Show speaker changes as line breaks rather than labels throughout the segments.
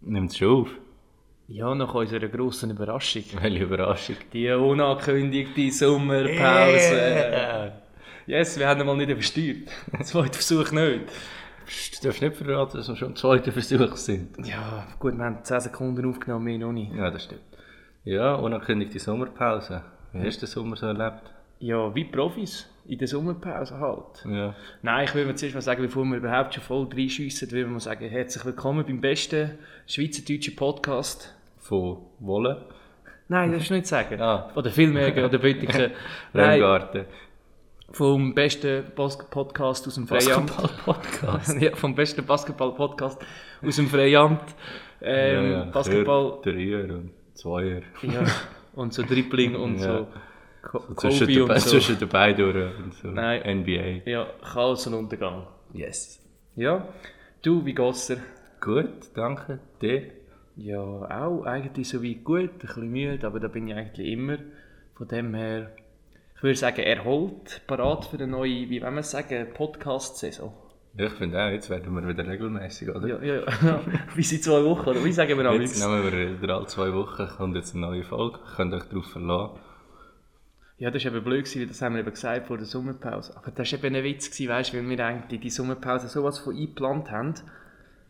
Nimmt schon auf.
Ja, nach unserer grossen Überraschung.
Welche Überraschung.
Die unangekündigte Sommerpause. Yes, wir haben mal nicht übersteuert. Zweiter Versuch nicht.
Psst, Du darfst nicht verraten, dass wir schon im zweiten Versuch sind.
Ja, gut, wir haben 10 Sekunden aufgenommen, mehr noch nicht.
Ja, das stimmt. Ja, unangekündigte Sommerpause. Wie hast du den Sommer so erlebt?
Ja, wie Profis in der Sommerpause halt.
Ja.
Nein, ich will mir zuerst mal sagen, bevor wir überhaupt schon voll reinschiessen, will man sagen, herzlich willkommen beim besten schweizerdeutschen Podcast.
Von Wolle,
Nein, das ist nicht sagen.
Ah.
Oder Filmjäger oder Büttiken. Nein,
Remgarten,
vom besten Bas Podcast aus dem Freiamt.
Basketball-Podcast.
ja, vom besten Basketball-Podcast aus dem Freiamt. Ähm,
Ja, ja.
Basketball.
Vier, Dreier und Zweier.
Ja. Und so Dribbling und
Ja.
so. Ko
Zwischen
Kobe
den,
und so.
zwischen den beiden durch und so.
Nein.
NBA.
Ja, Chaos und Untergang.
Yes.
Ja. Du, wie geht's dir?
Gut, danke. Dir?
Ja, auch eigentlich so wie gut, ein bisschen müde, aber da bin ich eigentlich immer. Von dem her, ich würde sagen, erholt, parat für eine neue, wie wollen wir sagen, Podcast-Saison.
Ja, ich finde auch, jetzt werden wir wieder regelmäßig, oder?
Ja, ja, ja. wie seit zwei Wochen, oder wie sagen wir am
Jetzt nehmen wir wieder alle zwei Wochen, kommt jetzt eine neue Folge, könnt euch darauf verlassen.
Ja, das war eben blöd, gewesen, weil das haben wir eben gesagt vor der Sommerpause. Aber das war eben ein Witz, gewesen, weißt, weil wir eigentlich die Sommerpause sowas von eingeplant haben.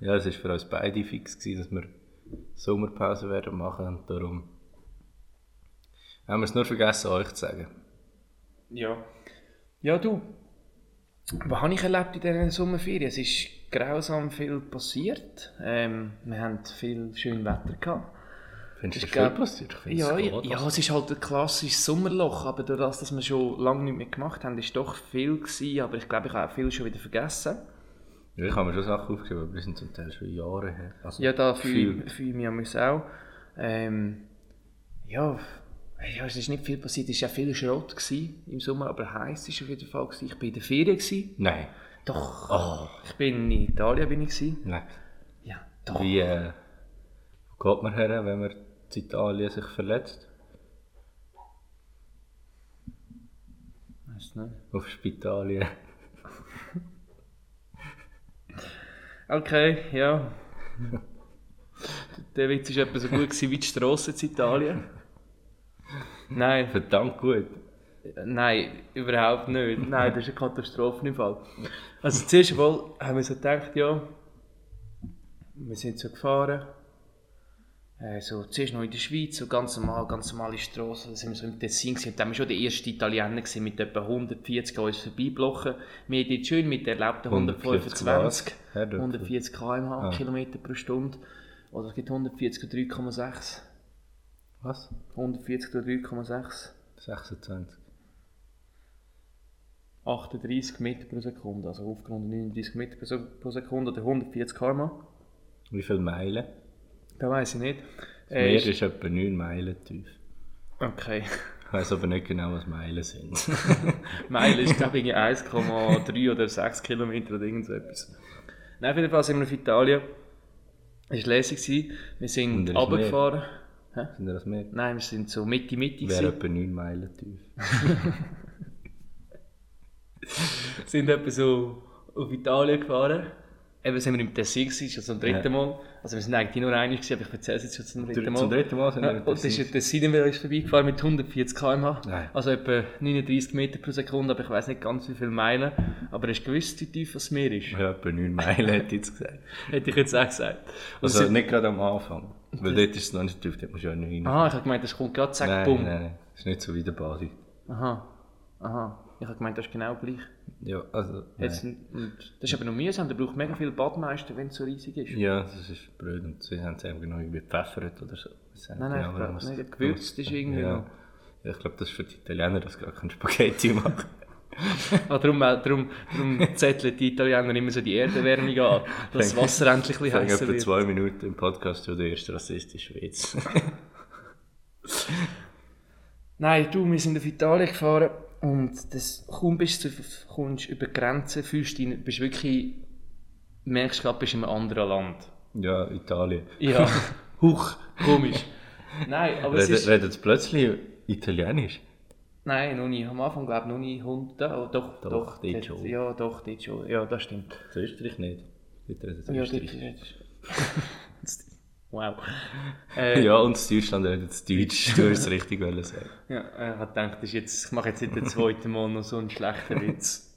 Ja, es war für uns beide fix, gewesen, dass wir Sommerpause werden machen und darum haben wir es nur vergessen, euch zu sagen.
Ja. Ja, du. Was habe ich erlebt in diesen Sommerferien? Es ist grausam viel passiert. Ähm, wir haben viel schönes Wetter gehabt.
Findest du
Ich
das
glaub-
viel passiert? Ich finde,
Ja,
es
ja,
geht.
ja, es ist halt ein klassisches Sommerloch, aber durch das, dass wir schon lange nicht mehr gemacht haben, ist doch viel gewesen, aber ich glaube, ich habe auch viel schon wieder vergessen.
Ja, Ich habe mir schon Sachen aufgeschrieben, aber die sind zum Teil schon Jahre her. Also
Ja, da
viel.
fühle fühl ich mich am liebsten auch. Ähm, ja, ja, es ist nicht viel passiert. Es war ja viel Schrott gewesen im Sommer, aber heiß war auf jeden Fall. Gewesen. Ich war in der Ferien. Gewesen.
Nein,
Doch. Ich bin in Italien. Bin ich gewesen.
nein.
Ja, doch.
Wie äh, wo geht man her, wenn man in Italien sich verletzt?
Weiss nicht.
Auf Spitalien.
Okay, ja. der Witz war etwa so gut gewesen wie die Strasse in Italien. Nein.
Verdammt gut.
Nein, überhaupt nicht. Nein, das ist eine Katastrophe im Fall. Also zuerst einmal haben wir so gedacht, ja, wir sind so gefahren. Äh, so, zuerst noch in der Schweiz, so ganz normal, ganz normale Strassen, da sind wir so im Tessin gewesen. und da haben wir schon der erste Italiener gewesen, mit etwa 140 an uns vorbeiblochen. Wir haben dort schön mit der erlaubten
140
125,
was? Herr Doktor.
140 km/h,
Ah.
Kilometer pro Stunde. Oder es gibt 140 durch 3,6.
Was?
140 durch 3,6.
26.
38 Meter pro Sekunde, also aufgerundet 39 Meter pro Sek- pro Sekunde oder 140 km.
Wie viele Meilen?
Da weiß ich nicht.
Das
Äh,
Meer
ist-
ist etwa 9 Meilen tief.
okay.
Ich weiß aber nicht genau, was Meilen sind.
Meile ist glaube ich 1,3 oder 6 Kilometer oder irgend so etwas. Nein, auf jeden Fall sind wir auf Italien. Es war lässig. gewesen. Wir
Und
sind
da ist
runtergefahren. Hä?
sind das Meer?
Nein, wir sind so Mitte, Mitte.
Wäre
gewesen.
etwa 9 Meilen tief.
sind etwa so auf Italien gefahren. Eben sind wir im Tessin, gewesen, schon zum dritten
Ja.
Mal. Also wir sind eigentlich nur einig, gewesen, aber ich erzähle es jetzt schon zum dritten Mal.
Zum dritten Mal sind wir
Ja,
im
und das ist
Tessin.
in Tessin bei uns vorbeigefahren mit 140 km/h.
Nein.
Also etwa 39 Meter pro Sekunde, aber ich weiß nicht ganz wie viele Meilen. Aber hast du gewusst, wie tief das Meer ist?
Ja, etwa 9 Meilen hätte ich jetzt gesagt.
Hätte ich jetzt auch gesagt. Und
Also
es-
nicht gerade am Anfang. Weil dort ist es noch nicht tief, dort musst du ja noch rein.
aha, ich habe gemeint, das kommt gerade, zack,
nein,
bumm.
nein, nein. Ist nicht so wie der Bali.
Aha, aha. Ich habe gemeint, das ist genau gleich.
Ja, also.
Jetzt,
Nein.
und das ist aber noch mühsam, da braucht mega viel Badmeister, wenn es so riesig ist.
Ja, das ist blöd. Und sie haben es eben genau irgendwie gepfeffert oder so. Ich weiß nicht
Nein, nein,
genau,
ich glaub,
warum es-
nein, gewürzt ist irgendwie
Ja.
noch.
Ja, ich glaube, das ist für die Italiener, dass sie gar kein Spaghetti machen.
Ah, darum, darum, darum zetteln die Italiener immer so die Erderwärmung an, dass das Wasser endlich ein
Ich fange
heißer
etwa
wird.
zwei Minuten im Podcast schon der erste Rassist in Schweiz.
Nein, du, wir sind auf Italien gefahren und das, kaum bist du kommst über die Grenze, fühlst du dich, bist wirklich, merkst gerade, bist in einem anderen Land.
ja, Italien.
Ja, huch, komisch. Nein, aber es
Redet,
ist,
redet plötzlich Italienisch?
nein, noch nie, am Anfang glaube ich noch nie 100, oh,
Doch,
doch, doch,
dort
dort-
schon.
Ja, doch, dort schon, ja, das stimmt.
In Österreich nicht. Dort redet
Ja, dort
Österreich.
ist- Wow. Äh,
Ja, und in Deutschland redet es Deutsch. Du hast es richtig wollen sagen.
ja, äh, ich hab gedacht, das ist jetzt, ich mache jetzt nicht den zweiten Mal noch so einen schlechten Witz.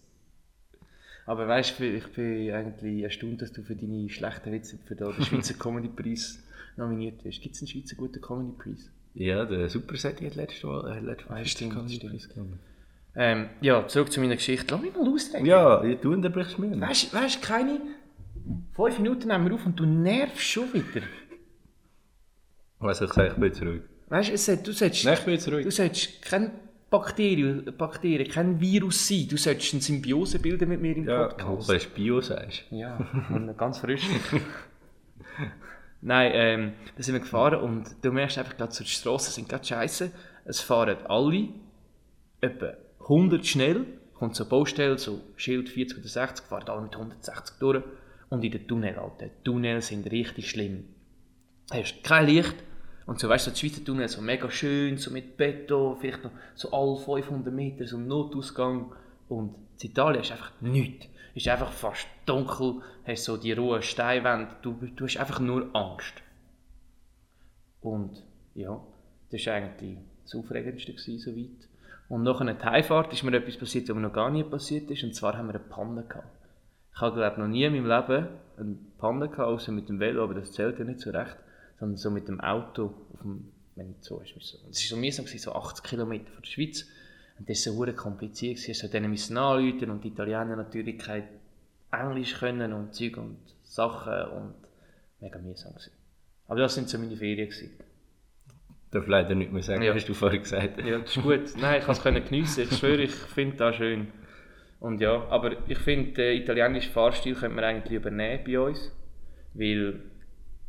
Aber weißt du, ich bin eigentlich erstaunt, dass du für deine schlechten Witze für den Schweizer Comedy Preis nominiert wirst. Gibt es einen Schweizer guten Comedy Preis?
Ja, der Supersetti hat letztes Mal. Äh, letztes Mal
Ah, stimmt,
Comedy
stimmt.
Preis gewonnen.
Ähm, ja, zurück zu meiner Geschichte. Lass mich mal ausreden.
Ja, ja, du unterbrichst mich. nicht.
Weißt du, keine. Fünf Minuten nehmen wir auf und du nervst schon wieder.
Also, ich sage, ich bin zurück.
Weißt du, es soll- du sollst.
Nein, ich bin jetzt ruhig.
Du sollst kein Bakterium, Bakterien, kein Virus sein. Du solltest eine Symbiose bilden mit mir im
Ja,
Podcast.
wenn du Bio sagst.
Ja, und ganz frisch. Nein, ähm, da sind wir gefahren und du merkst einfach, gerade so die Strassen sind gerade scheiße. Es fahren alle etwa 100 schnell, kommt zur Baustelle, so Schild 40 oder 60, fahren alle mit 160 durch. Und in den Tunnel, Alter. Die Tunnel sind richtig schlimm. Da hast kein Licht. Und so, weißt du, so die Schweizer Tunnel, so mega schön, so mit Beton, vielleicht noch so alle 500 Meter, so ein Notausgang. Und in Italien ist einfach nichts. Ist einfach fast dunkel, hast so die rohen Steinwände, du, du hast einfach nur Angst. Und ja, das war eigentlich das Aufregendste gewesen, soweit. Und nach einer Heimfahrt ist mir etwas passiert, was mir noch gar nie passiert ist. Und zwar haben wir eine Panne gehabt. Ich habe, glaube noch nie in meinem Leben eine Panne gehabt, außer mit dem Velo, aber das zählt ja nicht so recht. Sondern so mit dem Auto, auf dem, wenn ich so ist. Es war so mühsam, gewesen, so 80 Kilometer von der Schweiz. Und das war so verdammt kompliziert. gewesen. So, denen müssen anrufen und die Italiener natürlich kein Englisch können und Zeug und Sachen und mega mühsam. Gewesen. Aber das sind so meine Ferien. Gewesen.
Darf leider nicht mehr sagen,
Ja.
hast du vorher gesagt.
Ja, das ist gut. Nein, ich konnte es geniessen. Ich schwöre, ich finde das schön. Und ja, aber ich finde, den italienischen Fahrstil könnte man eigentlich übernehmen bei uns. Weil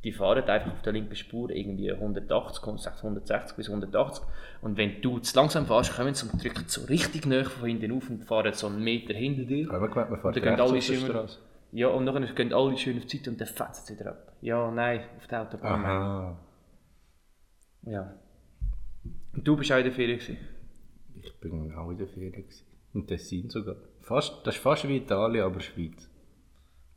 die fahren einfach auf der linken Spur irgendwie 180, 160 bis 180. Und wenn du zu langsam fährst, kommen sie und drücken so richtig nahe von hinten auf und fahren so einen Meter hinter dir.
Haben wir gemeint, wir fahren
Und dann
rechts
gehen alle
auf der
schön-
Straße.
Ja, und dann gehen alle schön auf die Seite und dann fetzen sie wieder ab. Ja, nein, auf der Autobahn.
Aha.
Ja. Und du bist auch in der Ferien. gewesen.
Ich bin auch in der Ferien. gewesen. Im Tessin sogar. Fast, das ist fast wie Italien, aber Schweiz.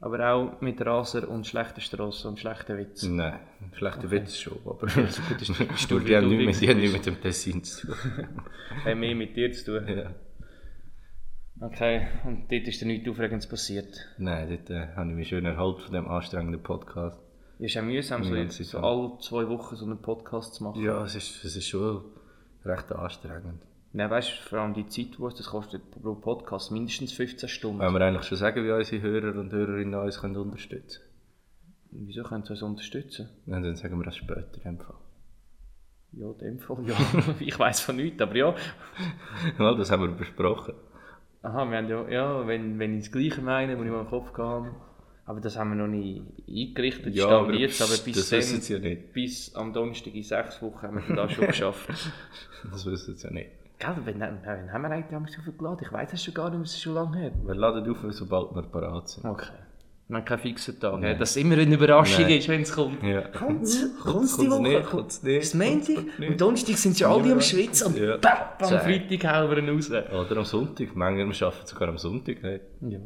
Aber auch mit Raser und schlechten Strassen und schlechten Witzen.
Nein, schlechter Witz schon, aber
du,
Stur,
wie
die haben
du
nichts mehr-
wichtig
die haben nichts mit dem Tessin zu tun.
Haben mehr mit dir zu tun.
Mhm. Ja.
Okay, und dort ist dir nichts Aufregendes passiert.
Nein, dort äh, habe ich mich schön erholt von dem anstrengenden Podcast.
Ist auch mühsam,
Ja,
so,
das ist
so
so.
alle zwei Wochen so einen Podcast zu machen.
Ja, es ist, es ist schon recht anstrengend.
Nein, weißt du, vor allem die Zeit, die es- das kostet pro Podcast mindestens 15 Stunden.
Wenn wir eigentlich schon sagen, wie unsere Hörer und Hörerinnen uns können unterstützen
Wieso können sie uns unterstützen?
können, dann sagen wir das später in dem Fall.
Ja, in dem Fall, ja. ich weiß von nichts, aber ja.
Mal, das haben wir besprochen.
Aha, wir haben ja, ja wenn, wenn ich das Gleiche meine, muss ich mal im Kopf haben. Aber das haben wir noch nicht eingerichtet,
Ja,
Stand
aber
jetzt,
pst,
aber bis
das
dann-
wissen sie ja nicht.
Bis am Donnerstag in sechs Wochen haben wir das schon geschafft.
Das wissen sie ja nicht.
Gell, wenn, wenn, wenn haben wir eigentlich damals aufgeladen? Ich weiß es schon gar nicht, es ist schon lange her.
Wir laden auf, sobald wir parat sind.
Okay. Wir haben keinen fixen Tag, ja, dass es immer eine Überraschung
Nein.
ist, wenn es kommt.
Ja.
Kommt's? Kommt's die
Kommt's
Woche?
nicht, kommt's nicht,
Ist Montag? Am Donnerstag sind ja alle am Schwitzen und
Ja.
bam, am
Zack.
Freitag hauen wir ihn raus. Ja.
Oder am Sonntag. Manche arbeiten sogar am Sonntag. Nicht?
Ich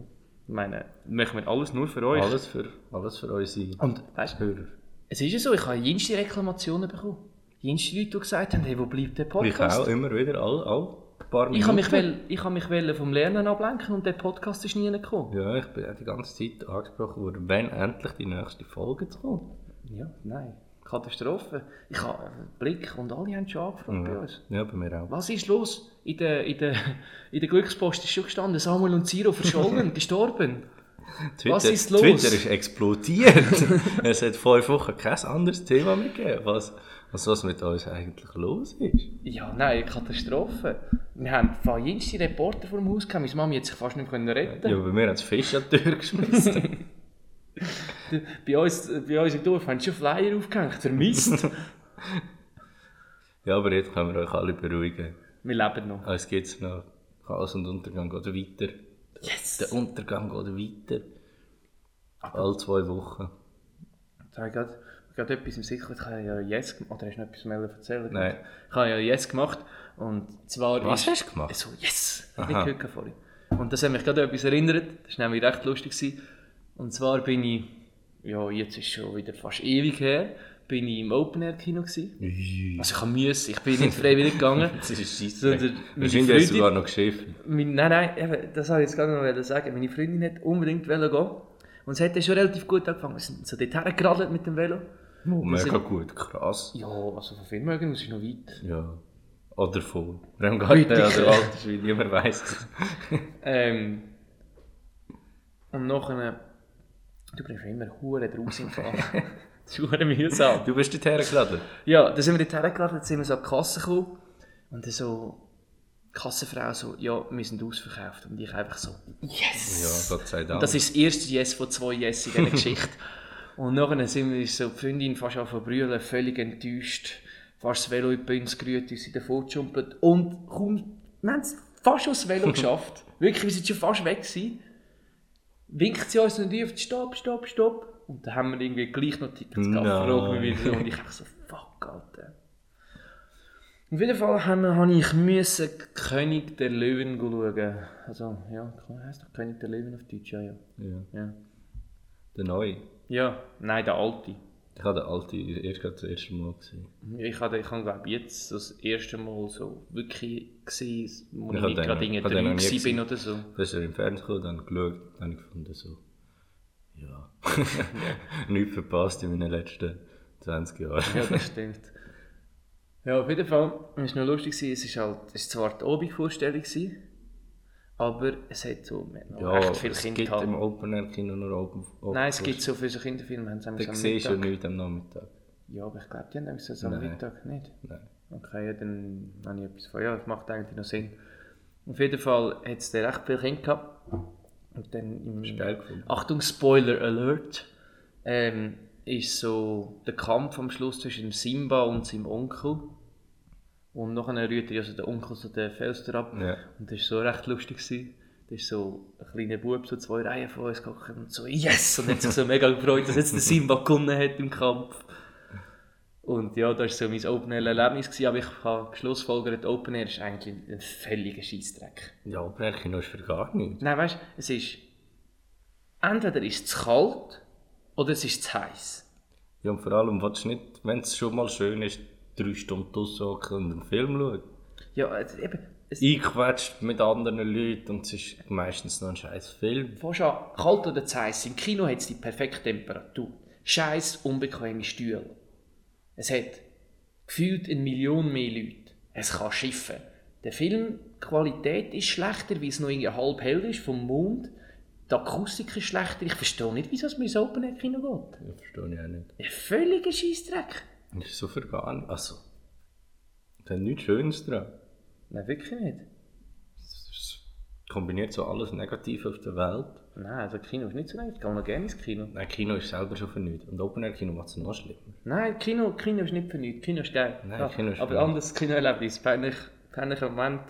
meine, machen wir alles nur für euch.
Alles für, alles für unsere
Und weißt du,
Hörer.
es ist ja so, ich habe jenste Reklamationen bekommen. Jenste Leute, die gesagt haben, hey, wo bleibt der
Ich
Podcast?
auch immer wieder, all, all paar Minuten.
Ich habe mich, wel, ich habe mich wel vom Lernen ablenken und der Podcast ist nie gekommen.
Ja, ich bin auch die ganze Zeit angesprochen worden, wenn endlich die nächste Folge zu kommt.
Ja, nein. Katastrophe. Ich habe einen Blick und alle haben schon angefragt bei
Ja.
uns.
ja, bei mir auch.
Was ist los? In der, in der, in der Glückspost ist schon gestanden, Samuel und Ciro verschollen, gestorben.
Twitter,
was ist los?
Twitter ist explodiert. es hat fünf Wochen kein anderes Thema mehr gegeben, was, was, was mit uns eigentlich los ist.
Ja, nein, Katastrophe. Wir haben von jenste Reporter vor dem Haus gehabt, meine Mami hat sich fast nicht mehr retten
Ja, bei mir hat es Fisch an die Tür geschmissen.
Bei, uns, äh, bei uns im Dorf haben sie schon Flyer aufgehängt, vermisst.
ja, aber jetzt können wir euch alle beruhigen.
Wir leben noch.
Uns gibt es noch. Chaos und Untergang geht weiter.
Yes!
Der Untergang geht weiter. Alle zwei Wochen.
Jetzt habe ich gerade, gerade etwas im Sicht, ich habe ja jetzt gemacht, oder hast du noch etwas mehr erzählen?
Nein.
Ich habe ja jetzt gemacht und zwar
Was
ist...
hast du gemacht?
So, yes!
Aha.
Nicht gehört vorhin. Und das hat mich gerade an etwas erinnert, das war nämlich recht lustig. Gewesen. Und zwar bin ich ja, jetzt ist schon wieder fast ewig her, bin ich im Open-Air-Kino gewesen.
Das
Also ich musste, ich bin nicht freiwillig gegangen.
ist
Sondern
scheiße. Wahrscheinlich
meine
hast du
Freundin-
sogar noch geschiffen.
Meine, nein, nein, eben, das wollte ich jetzt gerade noch wollen sagen. Meine Freundin hat unbedingt Velo gehen. Und sie hat dann schon relativ gut angefangen. Wir sind so dort hergeradelt mit dem Velo.
Oh, mega
sind-
gut, krass.
Ja, also von Finnmögen aus ist noch weit.
Ja. Oder voll. Bremgarten
Bitte.
oder Walter, wie niemand weiss.
Ähm, und nachher... Du bist immer hure draus im Fall. Das ist hure mühsam.
Du bist dort hergeladen?
Ja, dann sind wir dort hergeladen, dann sind wir so an die Kasse gekommen und dann so, die Kassenfrau so, ja, wir sind ausverkauft und ich einfach so,
Ja,
yes!
Gott sei Dank.
und das ist das erste Yes von zwei Yes in dieser Geschichte. Und nachher sind wir so, die Freundin fast auf brüllen, völlig enttäuscht, fast das Velo in die Bühne gerührt, uns in den Fuß geschumpelt und kaum, wir haben es fast aus dem Velo geschafft. Wirklich, wir sind schon fast weg gewesen. Winkt sie uns und ruft, stopp, stopp, stopp. Und dann haben wir irgendwie gleich noch Tickets gehabt,
Nein.
fragen wir wieder. Und ich einfach so, fuck, Alter. Auf jeden Fall habe, habe ich müssen König der Löwen schauen. Also, ja, klar, heisst doch König der Löwen auf Deutsch, ja, ja.
ja.
Ja,
Der Neue.
ja nein, der Alte.
Ich habe den Alten erst gerade das erste Mal gesehen.
Ich habe, ich habe glaube ich, jetzt das erste Mal so wirklich gesehen, wo
Ich
ich,
habe
nicht
den-
gerade in
ich habe den noch nie
drei
gesehen.
bin oder so.
Das ist er im Fernsehen gekommen, dann geschaut, dann habe ich gefunden so, ja, nichts verpasst in meinen letzten 20 Jahren.
Ja, das stimmt. Ja, auf jeden Fall, es war noch lustig, gewesen, es war halt, es war zwar die Abendvorstellung, gewesen, aber es hat so, wir hatten noch echt viele
es
Kinder
gibt
gehabt.
im Open Air Kino nur Open Open
Nein, es gibt so viele Kinderfilme, haben sie am
Da siehst du
Mittag.
nichts am Nachmittag.
Ja, aber ich glaube, die haben nämlich so am
Nein.
Mittag nicht.
Nein.
Okay, ja, dann habe ich etwas von. Ja, das macht eigentlich noch Sinn. Auf jeden Fall hat es dann recht viel Kinder gehabt. Und dann im
Hast du geil gefunden?
Achtung, Spoiler Alert. Ähm, ist so der Kampf am Schluss zwischen dem Simba und seinem Onkel. Und nachher rührt er also der Onkel so den Felster ab.
Ja.
Und das war so recht lustig. Gewesen. Da ist so ein kleiner Bub, so zwei Reihen von uns gekommen und so «Yes!» und hat sich so mega gefreut, dass jetzt der Simba gewonnen hat im Kampf. Und ja, das war so mein Open-Air-Erlebnis, gewesen, aber ich habe geschlussfolgert, Open-Air ist eigentlich ein völliger Scheissdreck.
Ja, Open Air Kino ist für gar nichts.
Nein, weißt du, es ist. Entweder ist es zu kalt oder es ist zu heiß.
Ja, und vor allem willst du nicht, wenn es schon mal schön ist, drei Stunden draussen hocken und einen Film schauen.
Ja, es- eben, es ist
Eingequetscht mit anderen Leuten und es ist meistens noch ein scheiß Film.
fast an, kalt oder zu heiß. Im Kino hat es die perfekte Temperatur. Scheiß unbequeme Stühle. Es hat gefühlt eine Million mehr Leute. Es kann schiffen. Der Filmqualität ist schlechter, weil es noch irgendwie halb hell ist vom Mond. Die Akustik ist schlechter. Ich verstehe nicht, wieso es mir ins Open-Air-Kino geht.
Das verstehe ich auch nicht.
Ein völliger Scheissdreck.
Das ist so für gar nichts. Also, da ist nichts Schönes dran.
Nein, wirklich nicht.
kombiniert so alles Negative auf der Welt.
Nein, also Kino ist nicht so nett. Ich gehe noch gerne ins Kino.
Nein, Kino ist selber schon für nichts. Und Open Air Kino macht es noch schlimmer.
Nein, Kino, Kino ist nicht für nichts. Kino ist geil.
Nein,
Ja,
Kino ist
aber
geil.
anderes Kinoerlebnis. Peinlich, peinlicher Moment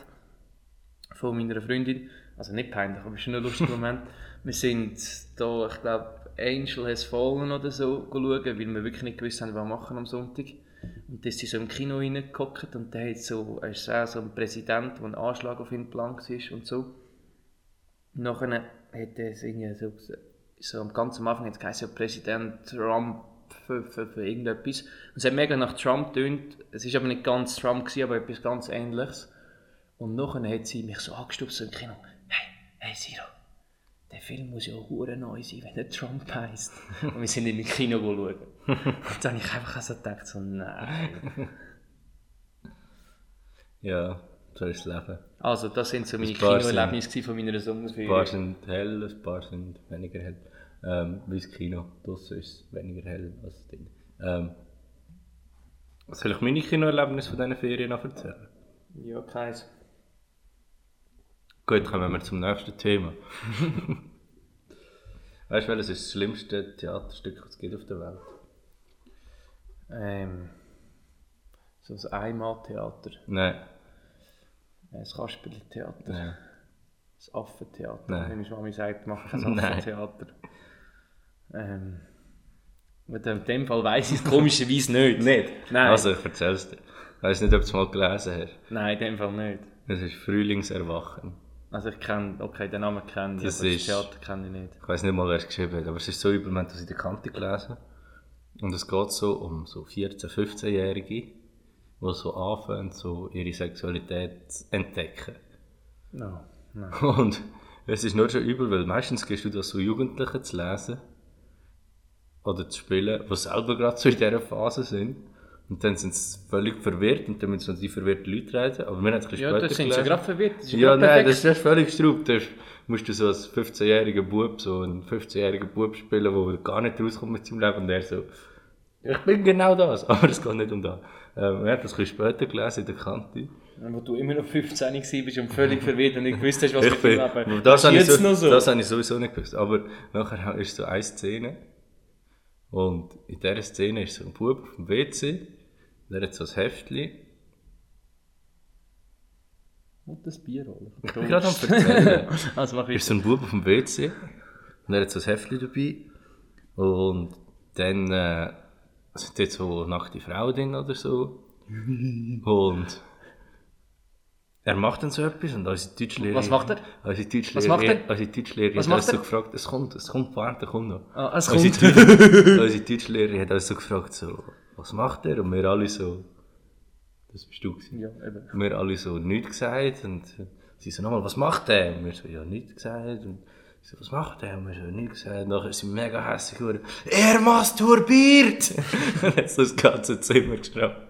von meiner Freundin. Also nicht peinlich, aber es ist ein lustiger Moment. Wir sind da, ich glaube, Angel Has Fallen oder so schauen, weil wir wirklich nicht gewusst haben, was wir machen am Sonntag. Und dann ist sie so im Kino reingehockt und da hat so, er ist auch so ein Präsident, der einen Anschlag auf ihn blank war und so. Nachher hat er es irgendwie so, so am ganz am Anfang hat es geheißen, ja, Präsident Trump für, für, für irgendetwas. Und es hat mega nach Trump tönt. Es war aber nicht ganz Trump, gewesen, aber etwas ganz Ähnliches. Und nachher hat sie mich so angestupst so im Kino. Hey, hey Siro, der Film muss ja hure neu sein, wenn der Trump heisst. Und wir sind in den Kino schauen. Und dann habe ich einfach so gedacht, so, nein.
Ja, so ist das Leben.
Also, das sind so meine
Ein paar
Kinoerlebnisse gewesen von meiner
Ein paar
Sommerferie.
sind hell, ein paar sind weniger hell. Ähm, wie das Kino. Draussen ist es weniger hell als drin. Ähm, soll ich meine Kinoerlebnisse von diesen Ferien noch erzählen?
Ja, keins.
Gut, kommen wir zum nächsten Thema. weißt du, welches ist das schlimmste Theaterstück, das es gibt auf der Welt?
Ähm, so ein Einmaltheater, äh,
Nein.
ein Kasperletheater,
Nein.
ein Affentheater.
Nein.
Wenn meine Mami sagt, mach
Nein.
ein Affentheater. Ähm, und in dem Fall weiss ich es komischerweise nicht.
Nicht?
Nein.
Also, ich erzähl's dir. Ich weiss nicht, ob du es mal gelesen hast.
Nein, in dem Fall nicht.
Es ist Frühlingserwachen.
Also ich kenne, okay, den Namen kenne ich,
Das
aber
ist-
das Theater kenne ich nicht.
Ich weiß nicht mal, wer es geschrieben hat, aber es ist so übel, man hat das in der Kante gelesen. Und es geht so um so 14-, 15-Jährige, die so anfangen, so ihre Sexualität zu entdecken.
No. Nein.
Und es ist nur schon übel, weil meistens gehst du das so Jugendlichen zu lesen oder zu spielen, die selber gerade so in dieser Phase sind. Und dann sind sie völlig verwirrt und dann müssen sie die verwirrten Leute reden. Aber wir haben es ein bisschen
Ja,
später
da sind sie
gelesen.
gerade verwirrt. das ist
Ja,
gerade
nein, das
perfekt.
ist erst völlig gestraubt. Da musst du so als 15-jähriger Bub, so einen 15-jährigen Bub spielen, der gar nicht rauskommt mit seinem Leben. Und er so, ich bin genau das. Aber es geht nicht um das. Ähm, er hat das ein bisschen später gelesen in der Kante.
Wo du immer noch 15 warst und völlig verwirrt und nicht gewusst hast, was
Ich bin,
Leben
das, habe ich
jetzt
so,
noch so.
das habe ich sowieso nicht gewusst. Aber nachher ist so eine Szene. Und in dieser Szene ist so ein Bub auf dem WC. Der hat so ein Heftchen.
Und das Bier holen.
Ich bin gerade am Erzählen.
Also mach ich.
ist so ein Bub auf dem WC und er hat so ein Heftchen dabei und dann äh, sind dort so nackte Frauen drin oder so und er macht dann so etwas und unsere Deutschlehrerin...
Was macht er?
Unsere Deutschlehrerin,
Was macht er?
Unsere Deutschlehrerin
Was
hat
macht
uns so
er?
gefragt, es kommt, es kommt, warte, kommt noch.
Ah, es
unsere,
kommt.
Deutsch, unsere Deutschlehrerin hat uns so gefragt, so, was macht er? Und wir alle so, das bist du gewesen
Ja, eben.
wir alle so nichts gesagt und sie so nochmal, was macht der? Und wir so, ja, nichts gesagt. Und ich so, was macht der? Und wir so, nichts gesagt. Und nachher sind sie mega hässlich geworden. Er masturbiert! und hat so das ganze Zimmer geschraubt.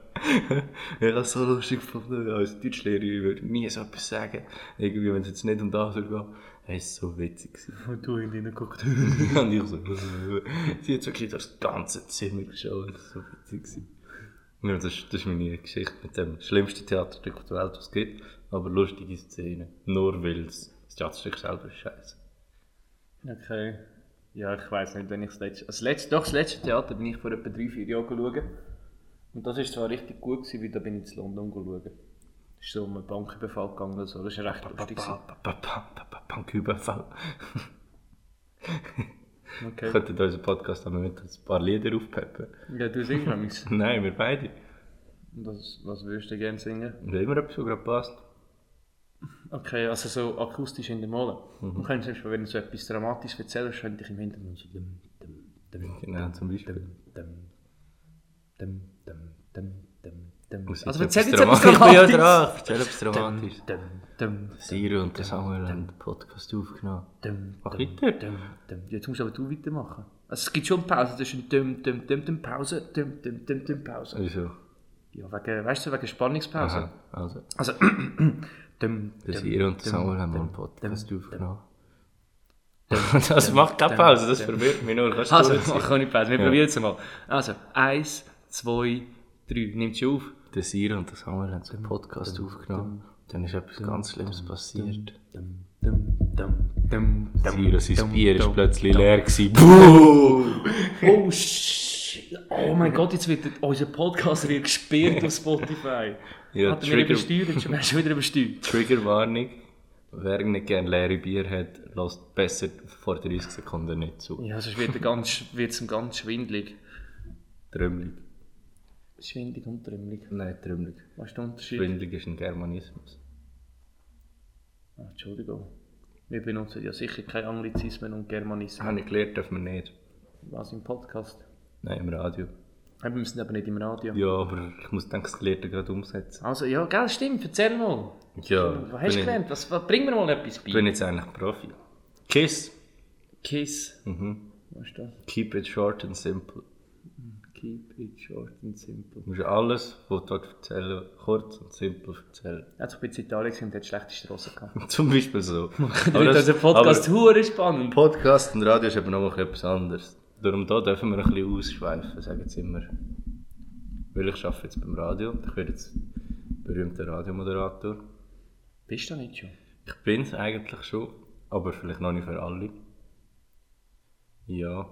ich habe so lustig gefunden, als Deutschlehrer ich würde nie so etwas sagen. Irgendwie, wenn es jetzt nicht um das geht. Es war so witzig. gewesen.
Und du in deinen guckst.
und ich so, sie hat wirklich das ganze Zimmer geschaut. Das war so witzig. gewesen. Ja, das, ist- das ist meine Geschichte mit dem schlimmsten Theaterstück auf der Welt, was es gibt. Aber lustige Szene. Nur weil es- das Theaterstück selber ist scheiße.
Okay. Ja, ich weiß nicht, wenn ich das letzte. Also das letzte, doch, das letzte Theater bin ich vor etwa 3-4 Jahren schauen. Und das war zwar richtig gut, gewesen, weil da bin ich in London schauen. Es ist so um einen Banküberfall gegangen oder so. Das war recht lustig. gewesen.
Banküberfall.
Okay.
Könnten unseren Podcast am Moment ein paar Lieder aufpeppen?
Ja, du singst nämlich.
Nein, wir beide.
Was, was würdest du gerne singen?
Wenn immer etwas, was gerade passt.
Okay, also so akustisch in der Mole. Mhm. Du könntest zum Beispiel, wenn du so etwas Dramatisches erzählst, könnte ich im Hintergrund so dum, dum, dum,
Genau, zum Beispiel.
dum, dum, dum, dum, dum, dum.
Muss ich
Also
jetzt
erzähl jetzt etwas
Dramatisches- Ich
Dramatisches.
bin ja dran, erzähl etwas Dramatisches.
Dum, dum,
Siro und der Samuel haben den Podcast aufgenommen.
dum,
Mach
dum,
weiter.
dum, dum. Jetzt musst aber du weitermachen. Also es gibt schon Pausen zwischen dum, dum, dum, dum, Pause, dum, dum, dum, dum, Pause.
Wieso?
Ja, wegen, weißt du, wegen Spannungspause.
Aha, also.
Also, dum,
Der
dum,
Siro und der
dum,
Samuel haben
dum,
einen Podcast
dum,
aufgenommen. Das macht keine Pause, das verwirrt mich nur. Kannst du
Also,
durchziehen?
mach keine Pause, wir
Ja.
probieren es mal. Also, eins, zwei, drei, nimmst du auf?
Der Siro und der Samuel haben so einen Podcast aufgenommen. Dann ist etwas ganz Schlimmes passiert.
Dum, dum, dum, dum,
Siro, sein
dum,
Bier
dum,
ist plötzlich leer gewesen.
Oh, sch oh mein Gott, jetzt wird unser Podcast wird gesperrt auf Spotify.
Ja,
Hat er wieder
Trigger-
besteuert, schon hast du wieder besteuert.
Triggerwarnung. Wer nicht gerne leere Bier hat, lasst besser vor 30 Sekunden nicht zu.
Ja, sonst wird es ganz, sch- wird's ihm ganz schwindlig.
Trümmelig.
Schwindlig und trümmelig.
Nein, trümmelig.
Was ist der Unterschied?
Schwindelig ist ein Germanismus.
Ah, Entschuldigung. Wir benutzen ja sicher keine Anglizismen und Germanismen.
Habe ich gelernt, darf man nicht.
Was im Podcast?
Nein, im Radio.
Eben, Wir sind aber nicht im Radio.
Ja, aber ich muss denke, das Gelehrte gerade umsetzen.
Also, ja, gell, stimmt, erzähl mal.
Ja,
Was hast du
bin
gelernt? Was, was, bring mir mal etwas bei.
Ich bin jetzt eigentlich Profi. KISS.
Kiss. Was ist das?
Keep it short and simple.
Keep it short and simple.
Du musst alles, was du erzählen willst, kurz und simpel erzählen.
Er hat in Italien gesehen und hat schlechte Strassen gehabt.
Zum Beispiel so.
Aber das, also Podcast hure spannend.
aber Podcast und Radio ist eben noch etwas anderes. Darum da dürfen wir ein bisschen ausschweifen, sagen sie immer. Weil ich arbeite jetzt beim Radio und ich werde jetzt berühmter Radiomoderator.
Bist du nicht schon?
Ich bin es eigentlich schon, aber vielleicht noch nicht für alle. Ja,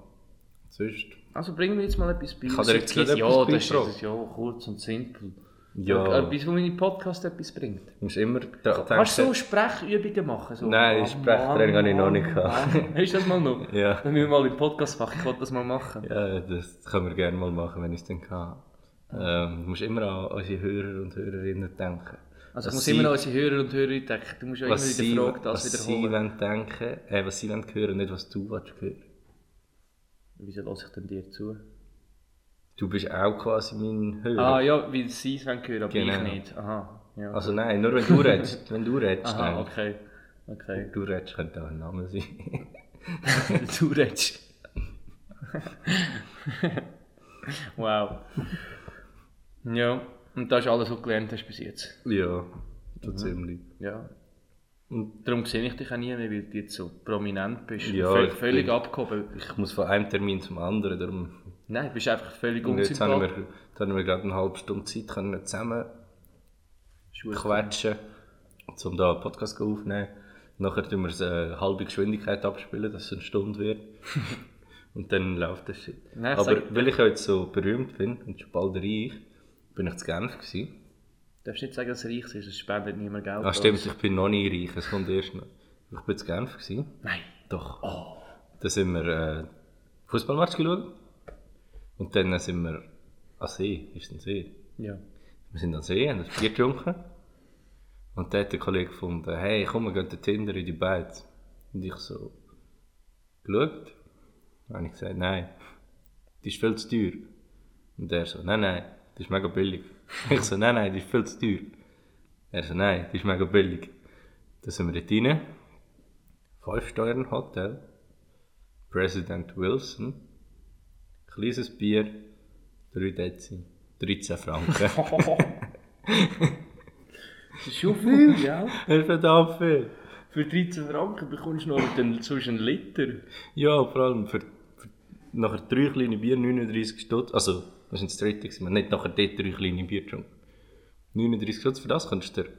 sonst.
Also bring mir jetzt mal etwas bei.
Ich kann dir jetzt
ja,
gerade
ja,
etwas
das ist
beitragen.
es, ja kurz und simpel.
Ja.
Etwas, wo meine Podcast etwas bringt.
Du musst immer dran
Kannst du so Sprechübungen machen? So, Ah,
Nein, Sprechtraining habe ich noch nicht gehabt.
gehabt. Hast du das mal noch?
Ja.
Dann müssen wir mal im Podcast machen. Ich wollte das mal machen.
Ja, dus das können wir Ehm, gerne mal machen, wenn ich es dann kann. Ähm, du musst immer an unsere Hörer und Hörerinnen denken. Was
Also ich muss
sie-
immer noch unsere Hörer und Hörer denken. Du musst ja immer
was sie,
wieder Frage das
was sie
wiederholen.
wollen denken, äh, was sie wollen hören, nicht was du willst hören.
Wieso lasse ich denn dir zu?
Du bist auch quasi mein Hörer.
Ah ja, weil sie es wollen hören, aber
Genau.
ich nicht. Aha, ja.
Also nein, nur wenn du redest. wenn du redest,
Aha,
nein.
okay. Okay.
Du redest, könnte auch ein Name sein.
du redest. wow. Ja, und das ist alles, was du gelernt hast bis jetzt.
ja, so
Mhm.
ziemlich.
Ja.
Und-
Darum sehe ich dich auch nie mehr, weil du jetzt so prominent bist.
Ja,
Völ-
ich
völlig
bin-
abgehoben.
Ich muss von einem Termin zum anderen, darum...
Nein, du bist einfach völlig
Und jetzt haben wir,
unsympathisch.
jetzt haben wir gerade eine halbe Stunde Zeit können zusammen
Ist gut.
quetschen, um da einen Podcast aufzunehmen. Nachher tun wir es äh, halbe Geschwindigkeit abspielen, dass es eine Stunde wird. und dann läuft das Shit.
Nein, ich
Aber
sag-
weil ich heute so berühmt bin und schon bald reich, bin ich zu Genf gewesen.
Du darfst nicht sagen, dass es reich ist, es spendet niemand Geld.
Ah stimmt, ich bin noch nie reich, es kommt erst noch. Ich bin zu Genf gewesen.
Nein.
Doch. Da sind wir äh, Fußballmatch geschaut. Und dann sind wir an See, ist ein See.
Ja.
Wir sind an See, haben ein Bier getrunken. Und dann hat der Kollege gefunden, hey, komm, wir gehen den Tinder in die Beiz. Und ich so, geschaut. Dann habe ich gesagt, nein, das ist viel zu teuer. Und er so, nein, nein, das ist mega billig. Ich so, nein, nein, das ist viel zu teuer. Er so, nein, das ist mega billig. Dann sind wir dort rein. Fünf Steuern Hotel. President Wilson. Kleines Bier. Drei Dezi. 13 Franken.
Das ist schon viel, ja.
Das ist verdammt viel.
Für 13 Franken bekommst du noch den, sonst einen Liter.
Ja, vor allem für, für nachher drei kleine Bier, 39 Stutz. Also, wir sind das dritte, gewesen, wir haben nicht nachher dort drei kleine Bier getrunken. 39 Stutz, für das kannst du dir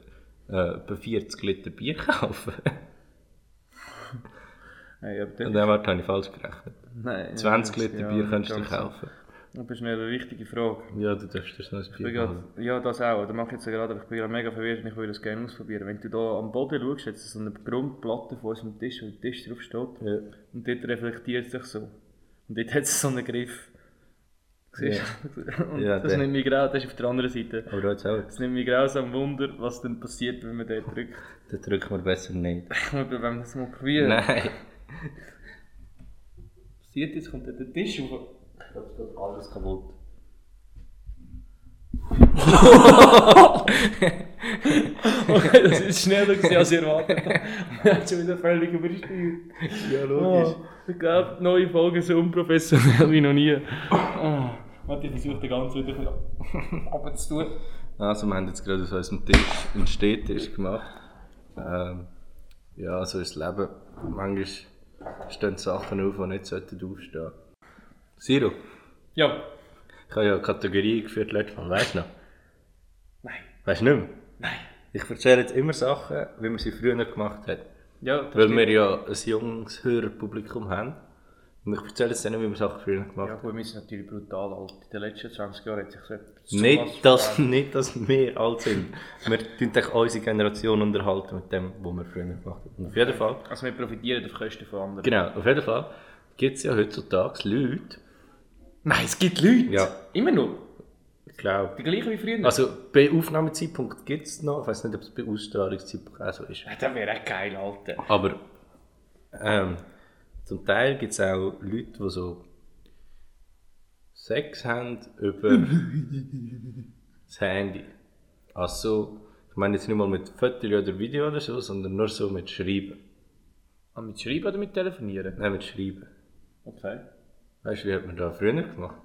äh, etwa 40 Liter Bier kaufen.
Hey, aber
Und
dann,
dann warte, habe ich falsch gerechnet.
nein,
20
ja, dus
Liter
ja,
Bier kannst du dir
ganz-
kaufen.
Das ist eine richtige Frage.
Ja, du darfst dir so ein
Ich bin
Bier holen.
grad- ja, das auch. Da mache ich jetzt gerade, aber ich bin gerade mega verwirrt und ich würde das gerne ausprobieren. Wenn du da am Boden schaust, jetzt so eine Grundplatte vor unserem Tisch, wo der Tisch drauf steht,
Ja.
und dort reflektiert es sich so. Und dort hat es so einen Griff. Siehst du? Und
Ja,
das
der-
nimmt mich grau, das ist auf der anderen Seite.
Aber jetzt auch,
Das nimmt mich grausam Wunder, was dann passiert, wenn man dort drückt.
den drücken wir besser nicht.
Wenn wir das mal probieren.
Nein.
passiert jetzt, kommt dann der Tisch hoch.
Das geht alles kaputt.
Okay, das ist schneller gewesen, als ich erwartet habe. Man hat schon wieder völlig übersteuert.
Ja,
Oh, ich glaube, neue Folgen so unprofessionell wie noch nie. Oh, warte, ich versuche den ganzen wieder abzutun.
Also wir haben jetzt gerade aus unserem Tisch einen Stehtisch gemacht. Ähm, ja, so ist das Leben. Manchmal stehen Sachen auf, die nicht sollten aufstehen. Siro,
Ja.
ich habe ja eine Kategorie geführt letztes Mal, weißt du noch?
Nein.
Weißt du nicht mehr?
Nein.
Ich erzähle jetzt immer Sachen, wie man sie früher gemacht hat.
Ja, das
Weil
stimmt.
wir ja ein junges Hörerpublikum haben. Und ich erzähle jetzt denen, wie man Sachen früher gemacht
Ja
hat.
gut, wir sind natürlich brutal alt. In den letzten 20 Jahren hat sich so etwas sowas
Nicht dass,
verändert.
nicht, dass wir alt sind. Wir tun doch unsere Generation unterhalten mit dem, was wir früher gemacht haben. Und auf jeden Fall.
Also wir profitieren auf Kosten von anderen.
Genau, auf jeden Fall gibt es ja heutzutage Leute,
Nein, es gibt Leute.
Ja.
Immer noch.
ich glaube,
Die gleichen wie früher.
also bei Aufnahmezeitpunkt gibt es noch, ich weiß nicht, ob es bei Ausstrahlungszeitpunkt auch so ist.
Ja, das wäre echt geil, Alter.
Aber ähm, zum Teil gibt es auch Leute, die so Sex haben über das Handy. Also, ich meine jetzt nicht mal mit Fotos oder Video oder so, sondern nur so mit Schreiben.
Ah, mit Schreiben oder mit Telefonieren?
Nein, mit Schreiben.
Okay.
Weißt du, wie hat man das früher gemacht?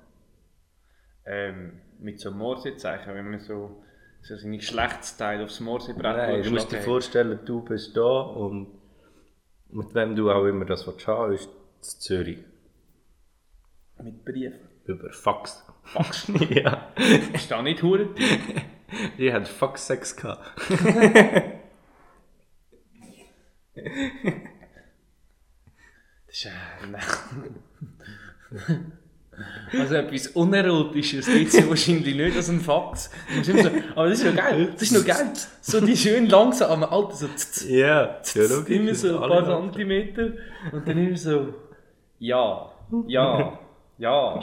Ähm, mit so einem Morsezeichen, wenn man so, so seine Geschlechtsteile aufs Morsebrett
Nein, du musst dir
geschlagen hat.
vorstellen, du bist da und mit wem du auch immer das willst haben, ist zu Zürich.
Mit Briefen.
Über Fax. Fax? ja.
Ist da nicht hure?
Die hatten Fax-Sex gehabt.
Das ist äh, nein. Also etwas Unerotisches gibt es wahrscheinlich nicht als ein Fax. Du musst immer so, aber das ist noch geil, das ist noch geil. So die schön langsam, aber Alter, so tz, tz,
Ja,
tz, immer so ein paar Zentimeter und dann immer so, ja, ja, ja.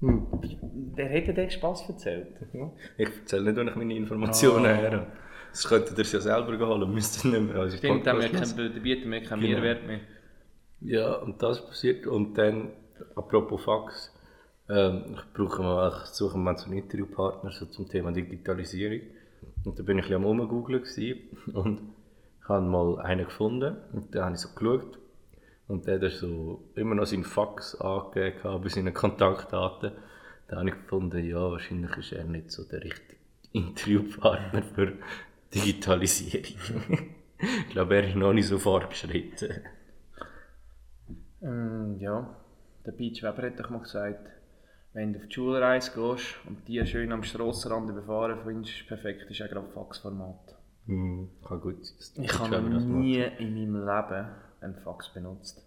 Hm.
Wer hätte den Spass erzählt?
Ich erzähle nicht, wo ich meine Informationen
Ah.
her habe. Das könntet ihr es ja selber holen, müsst ihr nicht mehr. Also
Stimmt, dann bieten wir keinen
Genau.
Mehrwert mehr.
Ja, und das passiert. Und dann, apropos Fax, ähm, ich, brauche mal, ich suche mal so einen Interviewpartner so zum Thema Digitalisierung. Und da bin ich ein bisschen am Rumgoogeln gewesen und ich habe mal einen gefunden. Und da habe ich so geschaut. Und der hat so immer noch seinen Fax angegeben, gehabt bei seinen Kontaktdaten. Da habe ich gefunden, ja, wahrscheinlich ist er nicht so der richtige Interviewpartner für Digitalisierung. ich glaube, er ist noch nicht so fortgeschritten.
Ähm, ja, der Beach Weber hat doch mal gesagt, wenn du auf die Schulreise gehst und die schön am Strassenrand überfahren findest, ist perfekt, ist auch gerade Faxformat.
Hm, kann also, gut sein.
Ich habe
glaube, das
noch
macht-
nie in meinem Leben einen Fax benutzt.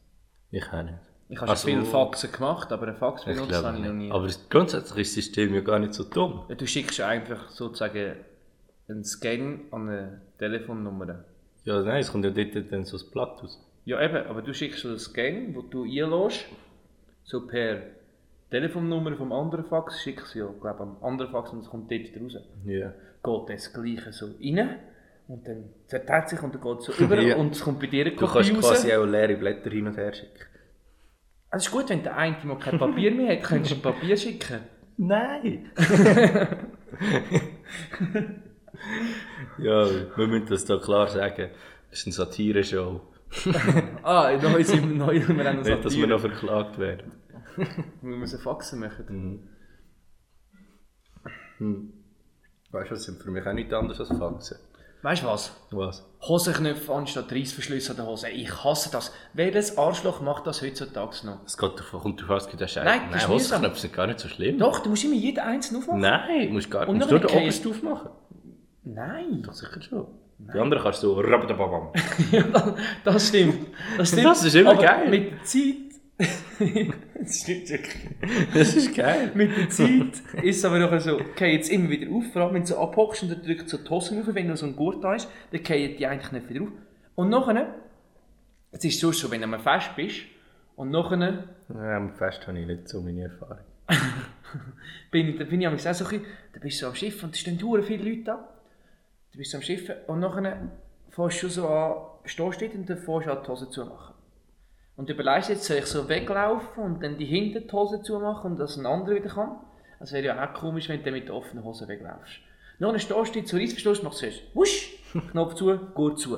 Ich auch nicht.
Ich habe schon
Also,
viele Faxen gemacht, aber einen Fax
Ich
benutzt habe
glaube
ich noch nie.
nicht. Aber das- grundsätzlich ist das System ja gar nicht so dumm.
Ja, Du schickst einfach sozusagen einen Scan an eine Telefonnummer.
Ja, nein, es kommt ja dort dann so ein Blatt aus.
Ja, eben, aber du schickst so einen Scan, wo du einlässt, so per Telefonnummer vom anderen Fax, schickst du ja, glaube am anderen Fax und es kommt dort raus.
Ja.
Geht das Gleiche so rein und dann zerteilt sich und dann geht es so über
Ja.
und es kommt bei dir eine
Du
Kopie
kannst
raus.
quasi auch leere Blätter hin und her schicken.
Es ist gut, wenn der eine, der kein Papier mehr hat, kannst du ein Papier schicken.
Nein! ja, wir müssen das da klar sagen. Das ist eine Satire-Show.
Ah, neu sind wir, neu, wir haben
Nicht, dass wir
Satire.
noch verklagt werden.
Wir müssen Faxen machen.
Mhm. Weißt du, das sind für mich auch nichts anderes als Faxen.
Weißt du was?
Was?
Hosenknöpfe anstatt Reissverschlüsse an der Hose. Ich hasse das. Welches Arschloch macht das heutzutage noch?
Es geht davon, kommt davon, es gibt ja Scheiße.
Nein, das ist mühsam.
Hosenknöpfe sind gar nicht so schlimm.
Doch, du musst immer jeden einzelnen aufmachen.
Nein, musst gar
Und
nicht. Musst
noch
du
eine
den
Kette.
obersten aufmachen?
Nein.
Doch, sicher schon. Die anderen kannst du so rabadababam.
Ja, das, das stimmt. Das stimmt.
Das ist immer
Aber
geil.
Mit der Zeit. das stimmt wirklich.
Das ist geil.
Mit der Zeit ist es aber noch so, okay, jetzt immer wieder auf, vor allem wenn du so abhockst und dann drückst du so die Hosen rauf, wenn noch so ein Gurt da ist, dann fallen die eigentlich nicht wieder auf. Und nachher, es ist sonst so, wenn du am Fest bist, und nachher
Ja, am Fest habe ich nicht so meine Erfahrung.
bin ich, da bin ich manchmal auch so ein bisschen, da bist du so am Schiff und da stehen hure viele Leute da. Du bist so am Schiff und nachher fährst du so an, stehst dort und dann fährst du an die Hose zu machen. Und du überlegst jetzt, soll ich so weglaufen und dann die hinten die Hose zumachen und dass ein anderer wieder kann? Das wäre ja auch komisch, wenn du dann mit der offenen Hose weglaufst. Nachher stehst du dort, so Reissverschluss, machst du zuerst wusch, Knopf zu, Gurt zu.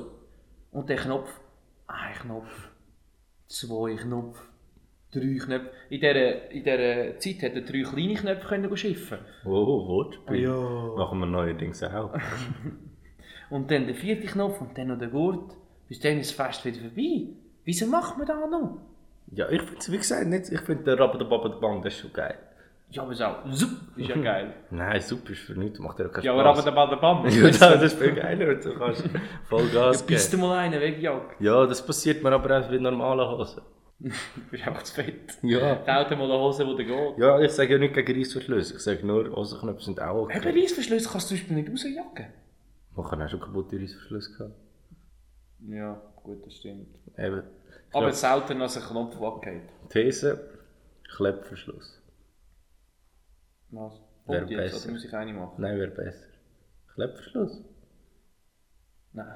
Und der Knopf, ein Knopf, zwei Knopf, drei Knöpfe. In dieser, in dieser Zeit hätte er drei kleine Knöpfe können schiffen
Oh, Wortspiel.
Ja.
Machen wir neuerdings auch.
Und dann der vierte Knopf und dann noch der Gurt. Bis dann ist das Fest wieder vorbei. Wieso macht man das noch?
Ja, ich finde es, wie gesagt, nicht. Ich finde den Rabadabababam, das ist schon geil.
Ja, aber so, zup, ist ja geil.
Nein, super ist für nichts, macht dir auch keinen
ja, aber aber
Spaß.
der Badabam.
Ja, das, das ist viel geiler, du kannst voll Gas
Bist
geben.
du mal einen weggejagt?
Ja, das passiert mir aber auch mit normalen Hosen.
Du bist einfach zu fett.
Ja.
Taucht mal eine Hose, die dir geht.
Ja, ich sage ja nicht gegen Reissverschlüsse, ich sage nur, Hosenknöpfe sind auch okay.
Eben Reissverschluss kannst du zum Beispiel nicht rausjagen.
Wir haben auch schon kaputte Reissverschlüsse gehabt.
Ja, gut, das stimmt.
Eben.
Aber
Ja.
selten als ein Knopf weggeht.
These, Kleppverschluss.
Was?
Wäre
Und jetzt,
besser.
oder muss ich eine machen?
Nein, wäre besser. Kleppverschluss.
Nein.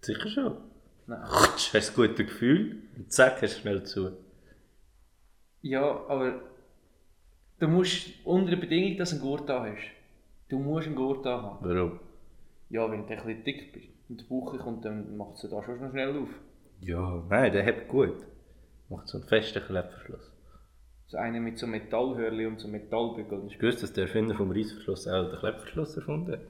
Sicher schon.
Nein.
Hast du ein gutes Gefühl und zack, hast du schnell zu.
Ja, aber du musst unter der Bedingung, dass du einen Gurt da hast. Du musst einen Gurt da haben.
Warum?
Ja, wenn du ein bisschen dick bist und der Bauch kommt, dann macht es da schon noch schnell auf.
Ja, nein, der hat gut. Macht so einen festen Kleppverschluss.
So einer mit so Metallhörli und so Metallbügeln.
Hast du gewusst, dass der Erfinder vom Reissverschluss auch den Kleppverschluss erfunden hat?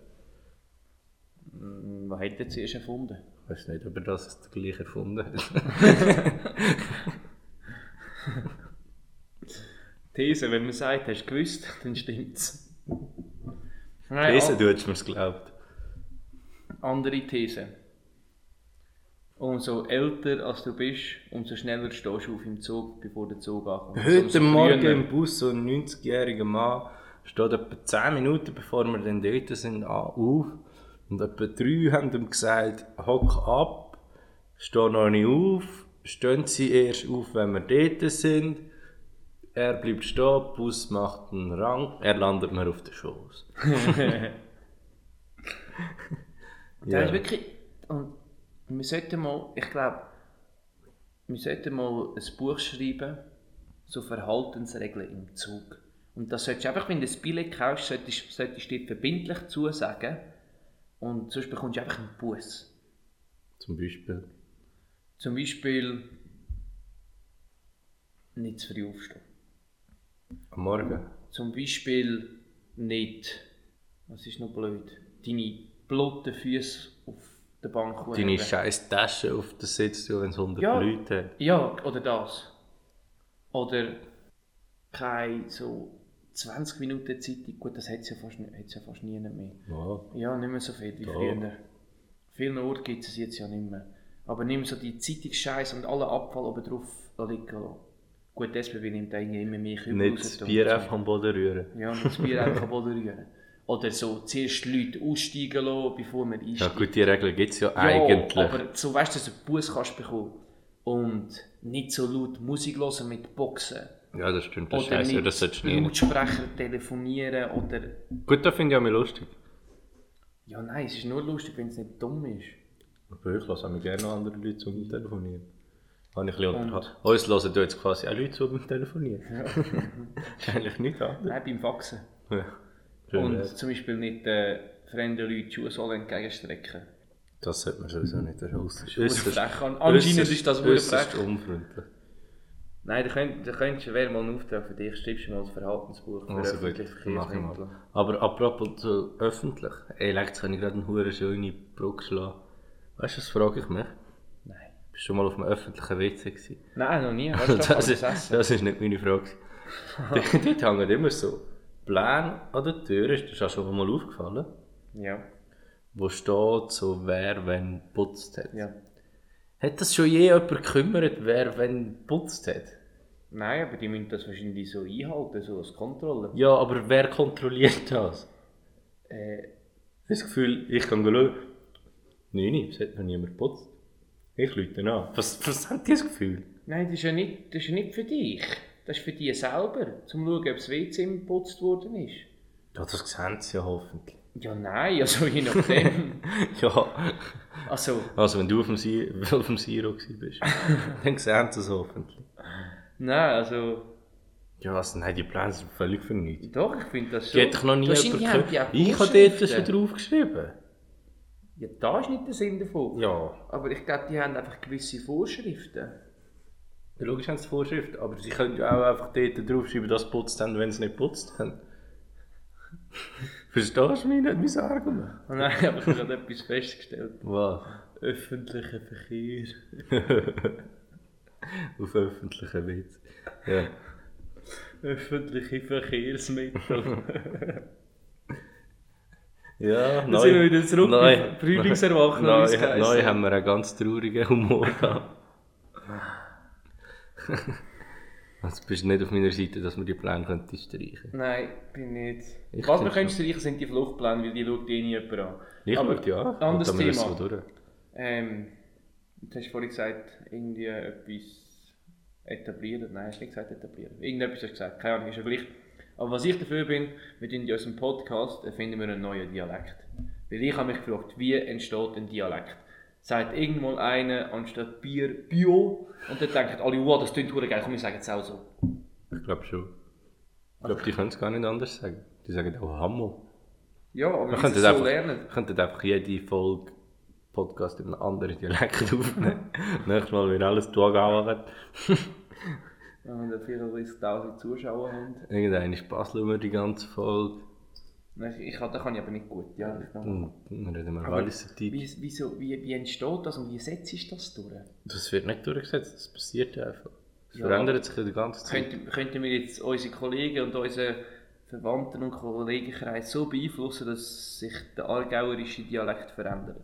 Hm, Was hat er zuerst erfunden?
Ich weiß nicht, ob er das gleich erfunden hat.
These, wenn man sagt, hast du gewusst, dann stimmt's. Nein,
Lesen, du hättest mir es geglaubt.
andere These. Umso älter als du bist, umso schneller stehst du auf im Zug, bevor der Zug ankommt. Umso
Heute Morgen
früher.
im Bus so ein 90-jähriger Mann steht etwa 10 Minuten bevor wir dann dort sind an- auf und etwa drei haben ihm gesagt, hock ab, steh noch nicht auf, stehen sie erst auf, wenn wir dort sind Er bleibt stehen, Bus macht einen Rang, er landet mir auf den Schoß.
Der
Ja.
ist wirklich. Und wir sollten mal, ich glaube, wir sollten mal ein Buch schreiben, so Verhaltensregeln im Zug. Und das solltest du einfach, wenn du ein Billett kaufst, solltest, solltest du dir verbindlich zusagen. Und sonst bekommst du einfach einen Buß.
Zum Beispiel.
Zum Beispiel nicht zu früh aufstehen.
Am Morgen.
Zum Beispiel nicht, was ist noch blöd, deine blotten Füße auf der Bank
Deine
heben.
scheiß Tasche auf den Sitz tun, wenn es 100
Ja.
Leute hat.
Ja, oder das. Oder keine so 20 Minuten Zeitung. Gut, das hat es ja fast, nie- hat's ja fast nie mehr.
Ja.
Ja, nicht mehr so viel wie
Doch.
früher. An vielen Orten gibt es jetzt ja nicht mehr. Aber nimm so die Zeitungsscheiße und alle Abfall oben drauf liegen lassen. Gut, die SBB nimmt eigentlich immer mehr Kübel
Nicht
raus
das
und
Bier
so.
einfach am Boden rühren.
Ja, nicht das Bier einfach moderieren. Oder so zuerst Leute aussteigen lassen, bevor man einsteigt.
Ja gut, die Regeln gibt es ja, eigentlich.
Ja, aber so weißt du, dass du einen Bus kannst bekommen und nicht so laut Musik hören mit Boxen.
ja, das stimmt, das ist
Oder
scheiße,
mit
das solltest du nicht.
Lautsprecher telefonieren oder...
Gut, das finde ich auch mal lustig.
Ja nein, es ist nur lustig, wenn es nicht dumm ist.
Aber ich lasse auch gerne andere Leute zum Telefonieren. Habe ich ein bisschen
Und-
unterhalten. Uns hören jetzt quasi auch Leute zu beim Telefonieren. Eigentlich nicht an.
Nein, beim Faxen.
Ja.
Und
Und
zum Beispiel nicht äh, fremden Leuten die Schuhe entgegenstrecken.
das sollte man sowieso nicht erschaussen.
verdammt frech. An- anscheinend ist das verdammt frech.
unfreundlich.
Nein, da könnt- da könntest du wer mal einen Auftrag für dich, schreibst du mal ein Verhaltensbuch für
Also gut,
öffentliche
mach ich mal.
Verkehrsmittel.
Aber apropos zu öffentlich. Ey, leck, jetzt kann ich gerade eine hure schöne Brücke schlagen. Weißt du, was frage ich mich?
Nein.
Bist du schon mal auf einem öffentlichen WC gewesen?
Nein, noch nie. Weißt du,
das,
das
ist,
essen.
das ist nicht meine Frage. dort, dort hängen immer so Pläne an der Tür, ist das auch schon mal aufgefallen,
Ja.
wo steht, so wer wenn putzt hat.
ja.
Hat das schon je jemand gekümmert, wer wenn putzt hat?
Nein, aber die müssen das wahrscheinlich so einhalten, so als Kontrolle.
Ja, aber wer kontrolliert das?
Äh,
Ich habe das Gefühl, ich kann schauen. Nein, nein, es hat noch niemand geputzt. Ich lüte an. Was, was haben die das Gefühl?
nein, das ist, ja nicht, das ist ja nicht für dich. Das ist für dich selber, zum schauen, ob das WC geputzt worden ist.
Ja, das sehen sie ja hoffentlich.
Ja, nein, also je nachdem.
Ja,
also,
also wenn du auf dem, si auf dem Siro gewesen bist, dann sehen sie es hoffentlich.
nein, also,
Ja, also nein, die Pläne sind völlig für nichts.
doch, ich finde das
Die
schon.
hätte ich noch nie
Wahrscheinlich haben die
übergehört.
auch
Ich habe dort schon
Vorschriften.
draufgeschrieben.
Ja, da ist nicht der Sinn davon.
Ja.
Aber ich glaube, die haben einfach gewisse Vorschriften.
Ja, Logisch haben sie Vorschrift, aber sie können ja auch einfach dort draufschreiben, dass sie putzt haben, wenn sie nicht putzt haben. Verstehst du mich nicht, mein Argument?
Oh nein, aber ich habe etwas festgestellt.
Was?
Öffentlicher Verkehr.
Auf öffentlichen Witz. Ja.
Öffentliche Verkehrsmittel.
Ja,
Dann sind wir wieder zurück bei Frühlingserwachen, wie es
Neu,
heisst.
neu haben wir einen ganz traurigen Humor gehabt. Jetzt Also, bist du nicht auf meiner Seite, dass wir die Pläne könnten streichen könnten.
Nein, bin nicht.
Ich
Was
find
wir können streichen, sind die Fluchtpläne, weil die schaut eh nie jemand an.
Ich
Aber
würde ja.
Anderes
Und dann müssen wir
Thema.
durch.
Ähm, du hast vorhin gesagt, irgendwie etwas etablieren. Nein, hast du nicht gesagt etablieren. Irgendetwas hast du gesagt. Keine Ahnung, ist ja gleich. Aber was ich dafür bin, wir tun in unserem Podcast erfinden wir einen neuen Dialekt. Weil ich habe mich gefragt, wie entsteht ein Dialekt? Sagt irgendwann einer anstatt Bier Bio und dann denken alle, wow, das klingt verdammt geil, komm, ich sage jetzt auch so.
Ich glaube schon. Ich glaube, die können es gar nicht anders sagen. Die sagen auch Hammo.
Ja,
Wir
aber wenn sie
könnten
es so
einfach,
lernen.
wir könnten einfach jede Folge Podcast in einem anderen Dialekt aufnehmen. Nächstes Mal, wenn alles durchgehauen wird.
Wenn wir dann 34.000 Zuschauer haben.
Irgendeine Spaß wir die ganze Folge.
Nein, Ich, ich, da kann ich aber nicht gut. Ja, ich kann.
Und dann reden wir
Aber
alles
Wie, wieso, wie, wie entsteht das und wie setzt du das durch?
Das wird nicht durchgesetzt, das passiert einfach. Es
Ja.
verändert sich ja die ganze Zeit.
Könnten, könnten wir jetzt unsere Kollegen und unseren Verwandten und Kollegenkreis so beeinflussen, dass sich der aargauerische Dialekt verändert?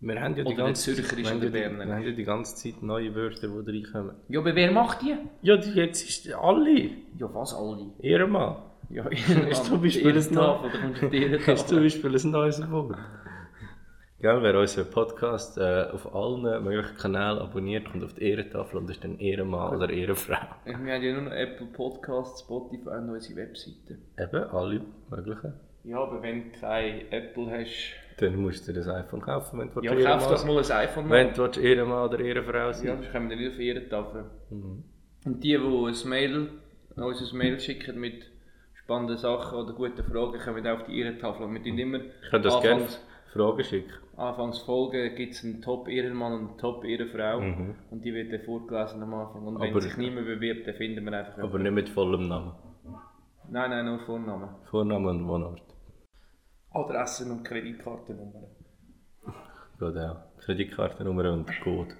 Wir haben ja die
Oder
ganze
der Zürcher
Zeit,
ist
wir haben
oder
ja die,
Berner.
wir haben ja die ganze Zeit neue Wörter, die reinkommen.
Ja, aber wer macht die?
Ja, die jetzt ist alle.
Ja, was alle?
Ehrenmann.
Ja,
Ist zum Beispiel ein
Tafel, da kommt die
Das ist zum
Tafel.
Beispiel ein neues Wort. Gell, wer unseren Podcast äh, auf allen möglichen Kanälen abonniert, kommt auf die Ehrentafel und ist dann Ehrenmann oder Ehrenfrau.
Wir haben ja nur noch Apple Podcasts, Spotify und unsere Webseite.
Eben, alle möglichen.
Ja, aber wenn du kein Apple hast,
Dann musst du dir ein iPhone kaufen, wenn du
ja,
Ehrenmann
kauf doch mal ein iPhone.
Wenn du willst, Ehrenmann oder Ehrenfrau
Ja,
sein
sonst kommen wir nicht auf ihre Tafel. Und die, die ein Mail, uns ein Mail schicken mit spannenden Sachen oder guten Fragen, kommen auch auf die ihre Tafel. Und wir tun immer
Ich könnte das gerne
anfangs,
Fragen schicken.
anfangs Folgen gibt es einen Top-Ehrenmann und eine Top-Ehrenfrau. Und die wird dann vorgelesen am Anfang. Und wenn
Aber-
sich niemand bewirbt, dann finden wir einfach
Aber nicht mit vollem Namen.
jemanden. Nein, nein, nur Vornamen.
Vorname und Wohnort.
Adressen und Kreditkartennummern.
Geht auch. Kreditkartennummer und Code.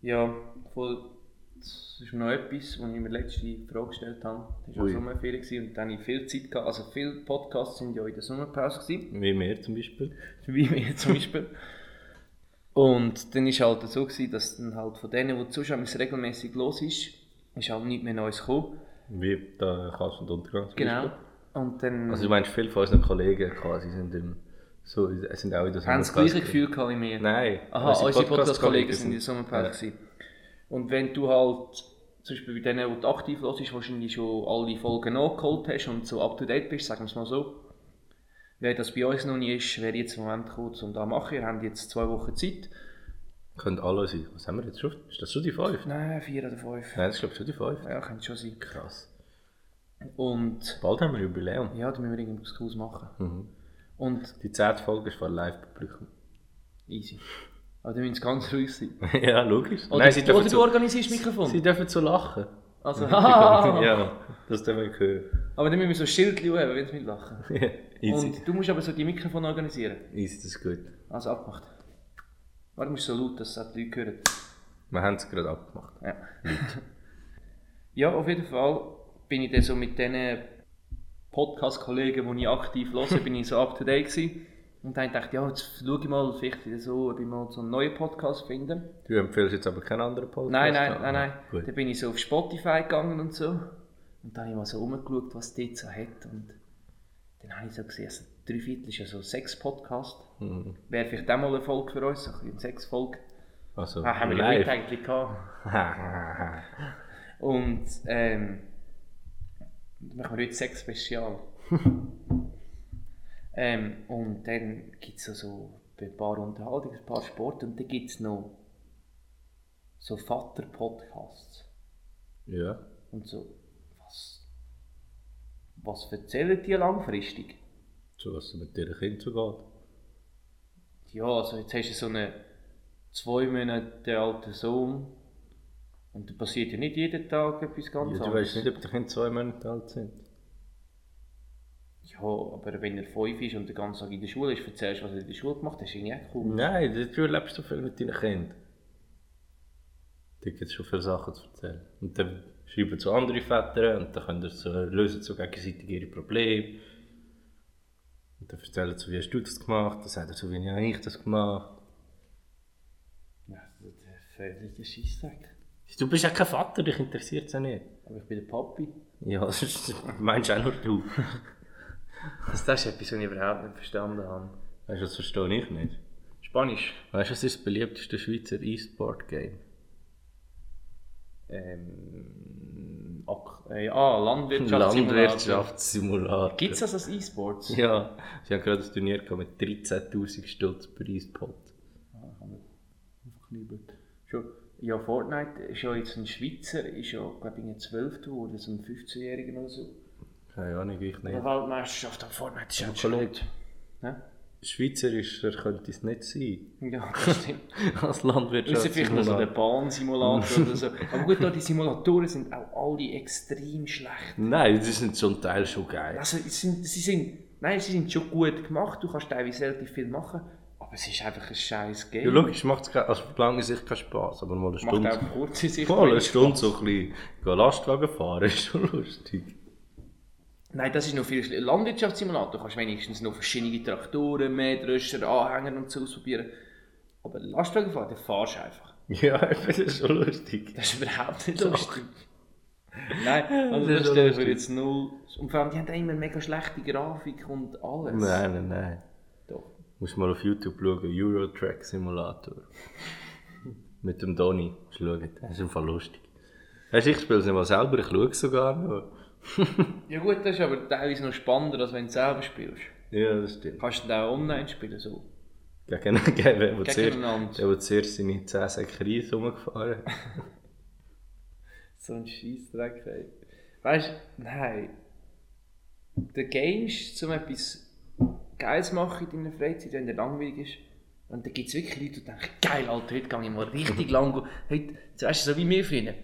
Ja, voll. Das ist noch etwas, was ich mir letzte Frage gestellt habe. Das war
Ui.
auch Sommerferien gewesen und dann hatte ich viel Zeit. Gehabt. Also viele Podcasts sind ja in der Sommerpause gewesen.
Wie mehr zum Beispiel.
Wie wir zum Beispiel. Und dann war halt so, gewesen, dass dann halt von denen, die zuschauen, wenn es regelmäßig los ist, ist halt nicht mehr Neues gekommen.
Wie da Kass und Untergang zum
Genau.
Beispiel.
Und dann
Also du meinst, viele von unseren Kollegen quasi sind, im, so, sind auch in der
haben das gleiche Gefühl gehabt wie wir.
Nein.
Aha, unsere Podcast-Kollegen sind in
sind-
der Sommerpause. Ja. Und wenn du halt, zum Beispiel bei denen, die du aktiv los ist, wahrscheinlich schon alle Folgen nachgeholt hast und so up-to-date bist, sagen wir es mal so, wer das bei uns noch nie ist, wäre jetzt im Moment kurz um da machen. Wir haben jetzt zwei Wochen Zeit.
Können alle sein. Was haben wir jetzt schon? Ist das schon die 5? Nein,
Nein, vier oder fünf.
das ist glaube ich schon die 5.
Ja, könnte schon sein.
Krass.
Und
Bald haben wir Jubiläum.
ja, da müssen wir irgendwas cooles machen.
Mhm.
Und
Die 10. Folge ist vor Live-Publikum.
easy. Aber dann müssen wir ganz ruhig sein.
ja, logisch.
Oder,
sie
oder
dürfen,
du
zu,
organisierst Mikrofon.
sie dürfen zu lachen.
also, haha.
ja, das dürfen wir hören.
Aber dann müssen wir so ein Schild haben, wenn sie mitlachen.
Easy.
Und du musst aber so die Mikrofone organisieren.
Easy, das ist gut.
Also abgemacht. Warte, musst so laut, dass es auch die Leute hören.
Wir haben es gerade abgemacht.
Ja. ja, auf jeden Fall bin ich dann so mit diesen Podcast-Kollegen, die ich aktiv höre, bin ich so up to date gewesen. Und dann dachte ich, ja, jetzt schaue ich mal, vielleicht wieder so, ob ich mal so einen neuen Podcast finde.
Du empfiehlst jetzt aber keinen anderen Podcast?
Nein, nein,
an.
nein, nein.
Gut.
Dann bin ich so auf Spotify gegangen und so. Und dann habe ich mal so rumgeschaut, was dort so hat. Und dann habe ich so gesehen, also drei Viertel ist ja so ein Sex-Podcast.
Mhm.
Wäre vielleicht auch mal eine Folge für uns, so ein bisschen eine Sex-Folge.
Also,
Ah, haben wir ja heute
live.
eigentlich gehabt. Und ähm, dann machen wir heute Sex Spezial. ähm, und dann gibt es so, so ein paar Unterhaltungen, ein paar Sport und dann gibt es noch so Vater-Podcasts.
ja.
Und so, was, was erzählen die langfristig?
So was mit dir Kind zugeht.
Ja, also jetzt hast du so einen zwei Monate alten Sohn und da passiert ja nicht jeden Tag etwas ganz
Ja, du
anderes.
weißt nicht, ob die Kinder zwei Monate alt sind.
Ja, aber wenn er fünf ist und den ganzen Tag in der Schule ist, erzählst du, was er in der Schule gemacht hat, ist irgendwie auch cool.
Nein, du- du erlebst so viel mit deinen Kindern. Da gibt es schon viele Sachen zu erzählen. Und dann schreiben zu andere Väter und dann können sie so, lösen so gegenseitig ihre Probleme. Und dann erzählen sie, wie hast du das gemacht, dann sagt er so, wie habe ich das gemacht.
Ja, das ist ein völliger Scheissdreck.
Du bist ja kein Vater, dich interessiert es ja nicht.
Aber ich bin der Papi.
Ja, das meinst auch nur du.
Also das ist etwas, was ich überhaupt nicht verstanden habe.
Weißt du, das verstehe ich nicht.
Spanisch?
Weißt du, was ist das beliebteste Schweizer E-Sport-Game?
Ähm, Ak äh, ah, Landwirtschaft.
Landwirtschaftssimulator.
Gibt es das als E-Sports?
Ja, sie haben gerade ein Turnier gehabt mit 13.000 Stutz Preispot.
Aufgeknüppelt. Schon, ja, Fortnite ist ja jetzt ein Schweizer, ist ja, glaube ich, ein 12. oder so ein 15-Jähriger oder so.
Keine Ahnung, ich
Ja.
nicht.
Weltmeisterschaft an Fortnite ist ja ein
Kollege.
Schuld. Ne?
Schweizerischer könnte es nicht sein.
Ja, das stimmt.
Als
Außer Äh, vielleicht noch so
Landwirtschaftssimulator.
der Bahnsimulator oder so. Aber gut, ja, die Simulatoren sind auch alle extrem schlecht.
Nein, das sind zum Teil schon geil.
Also, es sind, sie sind, nein, sie sind schon gut gemacht, du kannst teilweise relativ viel machen, aber es ist einfach ein scheiß Game.
Ja, logisch, macht es also auf lange Sicht keinen Spass, aber mal eine
Macht auch
Stunde.
auf kurze Sicht.
Mal eine
wenig
Stunde
Spaß.
so ein bisschen gehen Lastwagen fahren ist schon lustig.
Nein, das ist noch viel schlimmer. Landwirtschaftssimulator kannst wenigstens noch verschiedene Traktoren, Mähdrescher, Anhänger und so ausprobieren. Aber Lastwagenfahren, dann fahrst du einfach.
Ja, das ist schon lustig.
Das ist überhaupt nicht lustig. Nein, also
Das
das
ist
stelle ich
lustig.
mir jetzt null. Und vor allem, die haben auch immer mega schlechte Grafik und alles.
Nein, nein, nein.
Doch.
Musst mal auf YouTube schauen, Eurotrack Simulator. Mit dem Donny. Musst du schauen, das ist im Fall lustig. Weisst du, ich spiele es nicht mal selber, ich schaue es sogar noch.
Ja gut, das ist aber teilweise noch spannender, als wenn du selber spielst.
Ja, das stimmt.
Kannst du den auch online spielen, so.
Gegen gegen den, der zuerst-
Gegeneinander.
der, der zuerst seine 10 Säcke Reis rumgefahren hat.
So ein Scheissdreck, ey. Weißt du, nein. Der Games, um etwas Geiles zu machen in deiner Freizeit, wenn der langweilig ist. Und da gibt es wirklich Leute, die denken, geil, Alter, heute gehe ich mal richtig lang. go- Heute, so, weißt du, so wie wir früher.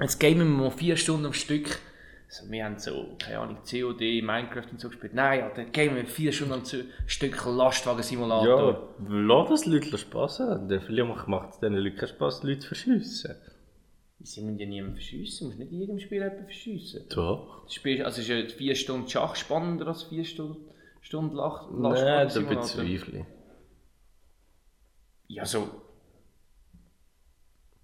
Jetzt gamen wir mal vier Stunden am Stück. Also, wir haben so, keine Ahnung, COD, Minecraft und so gespielt. Nein, Alter, gamen wir vier Stunden am Zu- Stück
Ah,
Lastwagen-Simulator.
Ja, lass das Leute Spass haben. Dann Vielleicht macht es diesen Leuten keinen Spass, die Leute zu verschiessen.
Sie müssen ja niemanden verschiessen, du musst nicht in jedem Spiel jemanden verschiessen.
Doch.
Das Spiel, also ist ja die vier Stunden Schach spannender als vier Stunden, Stunden Lach,
Nein, da
Lachsportsimulator.
bezweifle ich.
Ja, so.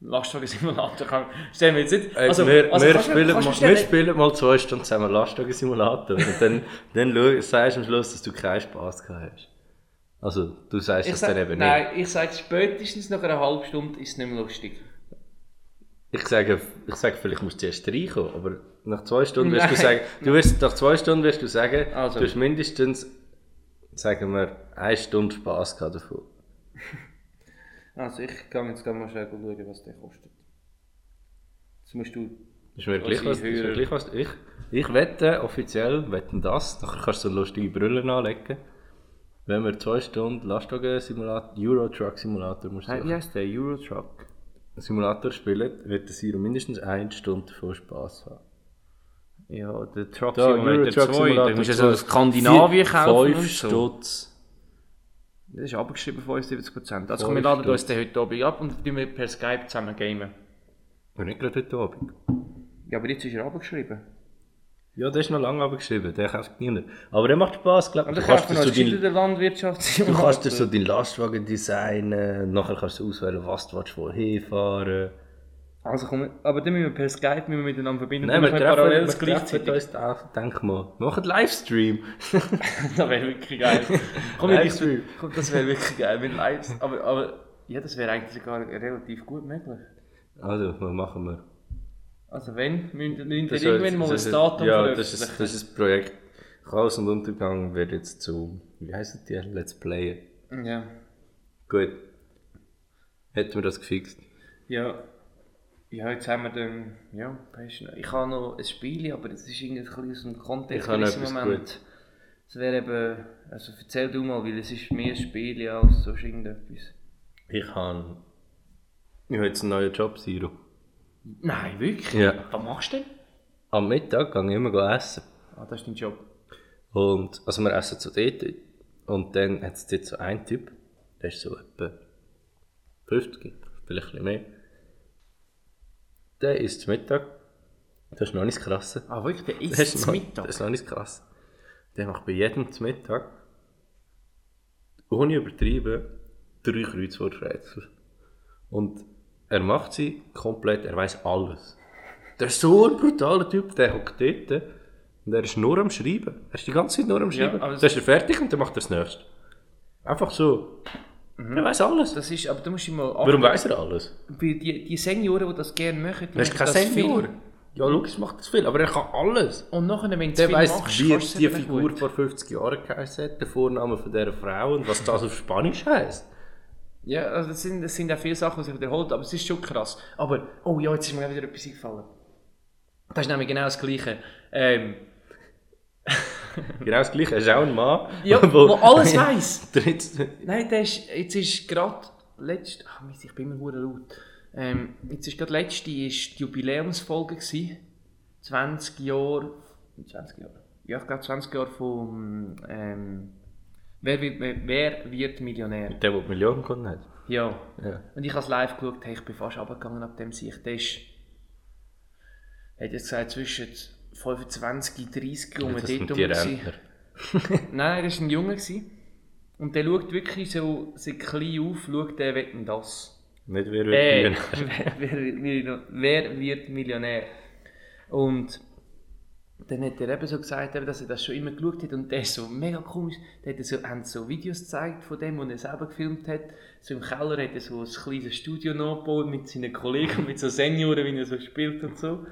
Lastwagen-Simulator kann. Stellen wir jetzt nicht. also,
Ey, Äh, wir, wir,
kannst du-
spielen
kannst du
mal, wir
stellen-
spielen mal zwei Stunden zusammen Lastwagen-Simulator und dann, dann schau, sagst du am Schluss, dass du keinen Spass gehabt hast. Also, du sagst
ich
das
sag,
dann eben
nein,
nicht.
ich sage spätestens nach einer halben Stunde ist es nicht mehr lustig.
Ich sage, ich sage, vielleicht musst du zuerst reinkommen, aber nach zwei Stunden wirst du
Nein.
sagen, du wirst, nach zwei Stunden wirst du sagen,
Also.
du hast mindestens, sagen wir, eine Stunde Spass gehabt davon.
Also ich kann jetzt gerne mal schnell schauen, was der kostet. Jetzt musst du.
Ist mir gleich
Unsere
was, ist mir
Hörer.
gleich was. Ich, ich wette, offiziell wetten das, nachher kannst du so lustige Brille anlegen, wenn wir zwei Stunden Lastwagen-Simulator, Euro-Truck-Simulator musst suchen.
heißt der? Eurotruck.
Simulator spielen, wird der Siro mindestens eine Stunde voll Spass haben.
Ja, der Truck
Da, Eurotruck Simulator zwei. Vier- Fünf Stutz.
Das ist abgeschrieben
komm,
75%. Also komm,
wir laden
wir laden uns den heute Abend ab und tun wir per Skype zusammen gamen.
Und nicht gerade heute Abend.
Ja, aber jetzt ist er abgeschrieben.
Ja, der ist noch lange abgeschrieben, der kauft niemand. Aber der macht Spass, glaub mir.
Und
Du
dann
kannst
kaufen
das
wir
so
noch in
dein,
der Landwirtschaft.
du kannst das so deinen Lastwagen designen, nachher kannst du auswählen, was du willst, wo hinfahren.
Also komm, aber dann müssen wir per Skype müssen wir miteinander verbinden.
Nein, wir
Dann können
treffen, parallel
parallel das
wir treffen
gleichzeitig.
uns da, denk mal. Wir machen Livestream.
das wäre wirklich geil. komm, wir
Livestream.
komm, das wäre wirklich geil. Mit Lives. Aber, aber ja, das wäre eigentlich sogar relativ gut möglich.
Also, was machen wir?
Also wenn, müssen müssen wir
soll-
irgendwann mal
das
ein
ist-
Datum
Ja, das
veröffentlichen.
ist, das ist das Projekt. Chaos und Untergang wird jetzt zu, wie heissen die? Let's Play.
Ja.
Gut. Hätten wir das gefixt.
Ja. Ja, jetzt haben wir den, ja, Passion. Ich habe noch ein Spiel, aber das ist irgendwie ein bisschen aus dem Kontext
Ich habe
gerissen
etwas
im Es wäre eben, also erzähl du mal, weil es ist mehr ein Spiel als sonst irgendetwas.
Ich habe... Ich habe jetzt einen neuen Job, Siro.
Nein, wirklich?
Ja.
Was machst du denn?
Am Mittag gehe ich immer essen.
Ah, das ist dein Job.
Und, also wir essen zu dort. Und dann hat es dort so einen Typ, der ist so etwa 50, vielleicht ein bisschen mehr. Der isst zu Mittag. Das ist noch nicht das Krasse.
Ah, wirklich? Der
Das ist
isst
noch-
zum Mittag?
Das ist noch nicht das Krasse. Der macht bei jedem zu Mittag, ohne übertrieben, drei Kreuzworträtsel. Und er macht sie komplett, er weiß alles. Der ist so ein brutaler Typ, der hockt dort und er ist nur am Schreiben. Er ist die ganze Zeit nur am Schreiben.
aber das-
dann ist er fertig und dann macht er das nächste. Einfach so. Er weiß alles.
Mhm. Das ist, aber du musst immer
Warum weiß er alles?
Weil die, die Senioren, die das gerne machen, die
Er ist
machen
kein
das
Senior.
viel.
Ja, logisch macht das viel, aber er kann alles.
Und nachher, wenn du
Der
viel
weiss,
machst,
wie
kannst du es
die
eben
Figur
gut.
vor 50 Jahren geheißen hat, der Vorname von dieser Frau und was das auf Spanisch heisst.
Ja, also es sind, es sind auch viele Sachen, die sich wiederholt, aber es ist schon krass. Aber, oh ja, jetzt ist mir wieder etwas eingefallen. Das ist nämlich genau das Gleiche. Ähm,
Genau das gleiche, er ist auch ein Mann,
ja, wo alles weiss.
Der jetzt-
Nein, der ist, jetzt ist gerade letzt, ach Mist, ich bin immer hure laut. Ähm, jetzt ist gerade letzte ist die Jubiläumsfolge gsi. 20 Jahre, 20 Jahre. Ja, ich glaube 20 Jahre vom ähm, wer, wird, wer, wer wird Millionär?
Der, der die Millionen gewonnen hat.
Ja.
Ja.
Und ich habe es live geschaut, hey, ich bin fast runtergegangen ab dem Sicht. Der ist, er hat jetzt gesagt, zwischen 25 und 30 um
Das
den
sind
dort
die
rum gewesen.
Rentner.
Nein, das war ein Junge. Gewesen. Und der schaut wirklich so, seit klein auf, schaut der Wetten das.
Nicht wer wird
Äh,
Millionär.
wer, wer, wer wird Millionär? Und dann hat er eben so gesagt, eben, dass er das schon immer geschaut hat und der ist so mega komisch. Der hat er so, haben so Videos gezeigt von dem, die er selber gefilmt hat. So im Keller hat er so ein kleines Studio nachgebaut mit seinen Kollegen, mit so Senioren, wie er so spielt und so.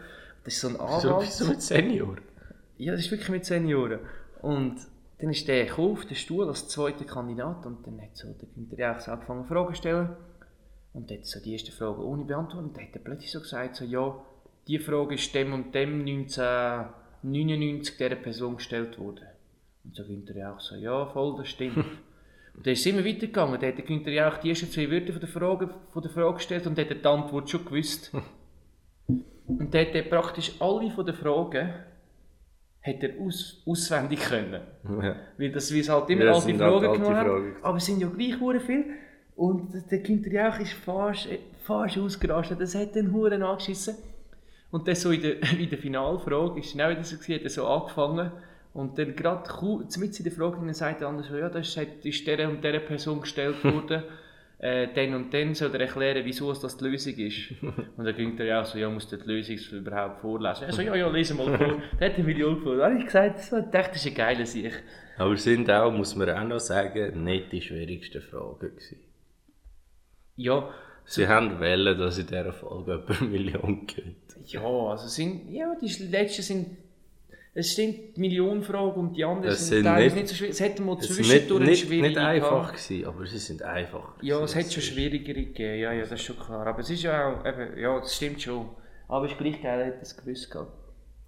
Das ist so ein
So,
Anwalt.
so mit Senior.
Ja, das ist wirklich mit Senioren. Und dann ist der gekommen auf den Stuhl als zweiter Kandidat und dann hat so der Günther Jauchs angefangen Fragen zu stellen. Und hat so die erste Frage ohne beantwortet und dann hat er plötzlich so gesagt, so, ja, die Frage ist dem und dem 1999 dieser Person gestellt worden. Und so Günther Jauch so, ja, voll, das stimmt. und dann ist es immer weitergegangen, dann hat der Günther Jauch die ersten zwei Wörter von der Frage, von der Frage gestellt und dann hat er die Antwort schon gewusst. und dann hat er praktisch alle von den Fragen hat er aus, auswendig können.
Ja.
Weil das wir es halt immer
Ja, das
alte
sind
Fragen
halt alte
genommen haben.
Fragen.
Aber es sind ja gleich hure viel. Und der- der Günther Jauch ist fast, äh, fast ausgerastet. Das hat den Huren angeschissen. Und dann so in der, in der Finalfrage ist dann auch wieder so, gewesen, hat er so angefangen. Und dann gerade mit in der Frage dann sagt der andere so, ja, das hat- ist der und der Person gestellt worden. Äh, dann und dann soll er erklären, wieso es das die Lösung ist. Und dann ging er ja so, ja, muss der die Lösung überhaupt vorlesen? Er so, ja, ja, lese mal vor. Dann hat er mir die Augen gefunden. Dann habe ich gesagt, so, ich dachte, das ist ein geiler Sieg.
Aber es sind auch, muss man auch noch sagen, nicht die schwierigsten Fragen gewesen.
Ja,
Sie haben wollen, dass in dieser Folge über eine Million geht.
ja, also sind, ja, die letzten sind, es sind Millionenfragen und die anderen
Es
sind
sind
teilweise
nicht-
nicht, so schwierig. Es hätte mal
Es ist nicht,
zwischendurch
nicht,
schwierige
nicht
gehabt.
einfach gewesen, aber sie sind einfach.
Ja,
gewesen.
es hat schon schwierigere gegeben, ja, ja, das ist schon klar. Aber es ist ja auch, eben, ja, das stimmt schon. Aber es ist gleich geil, er hat es gewusst gehabt.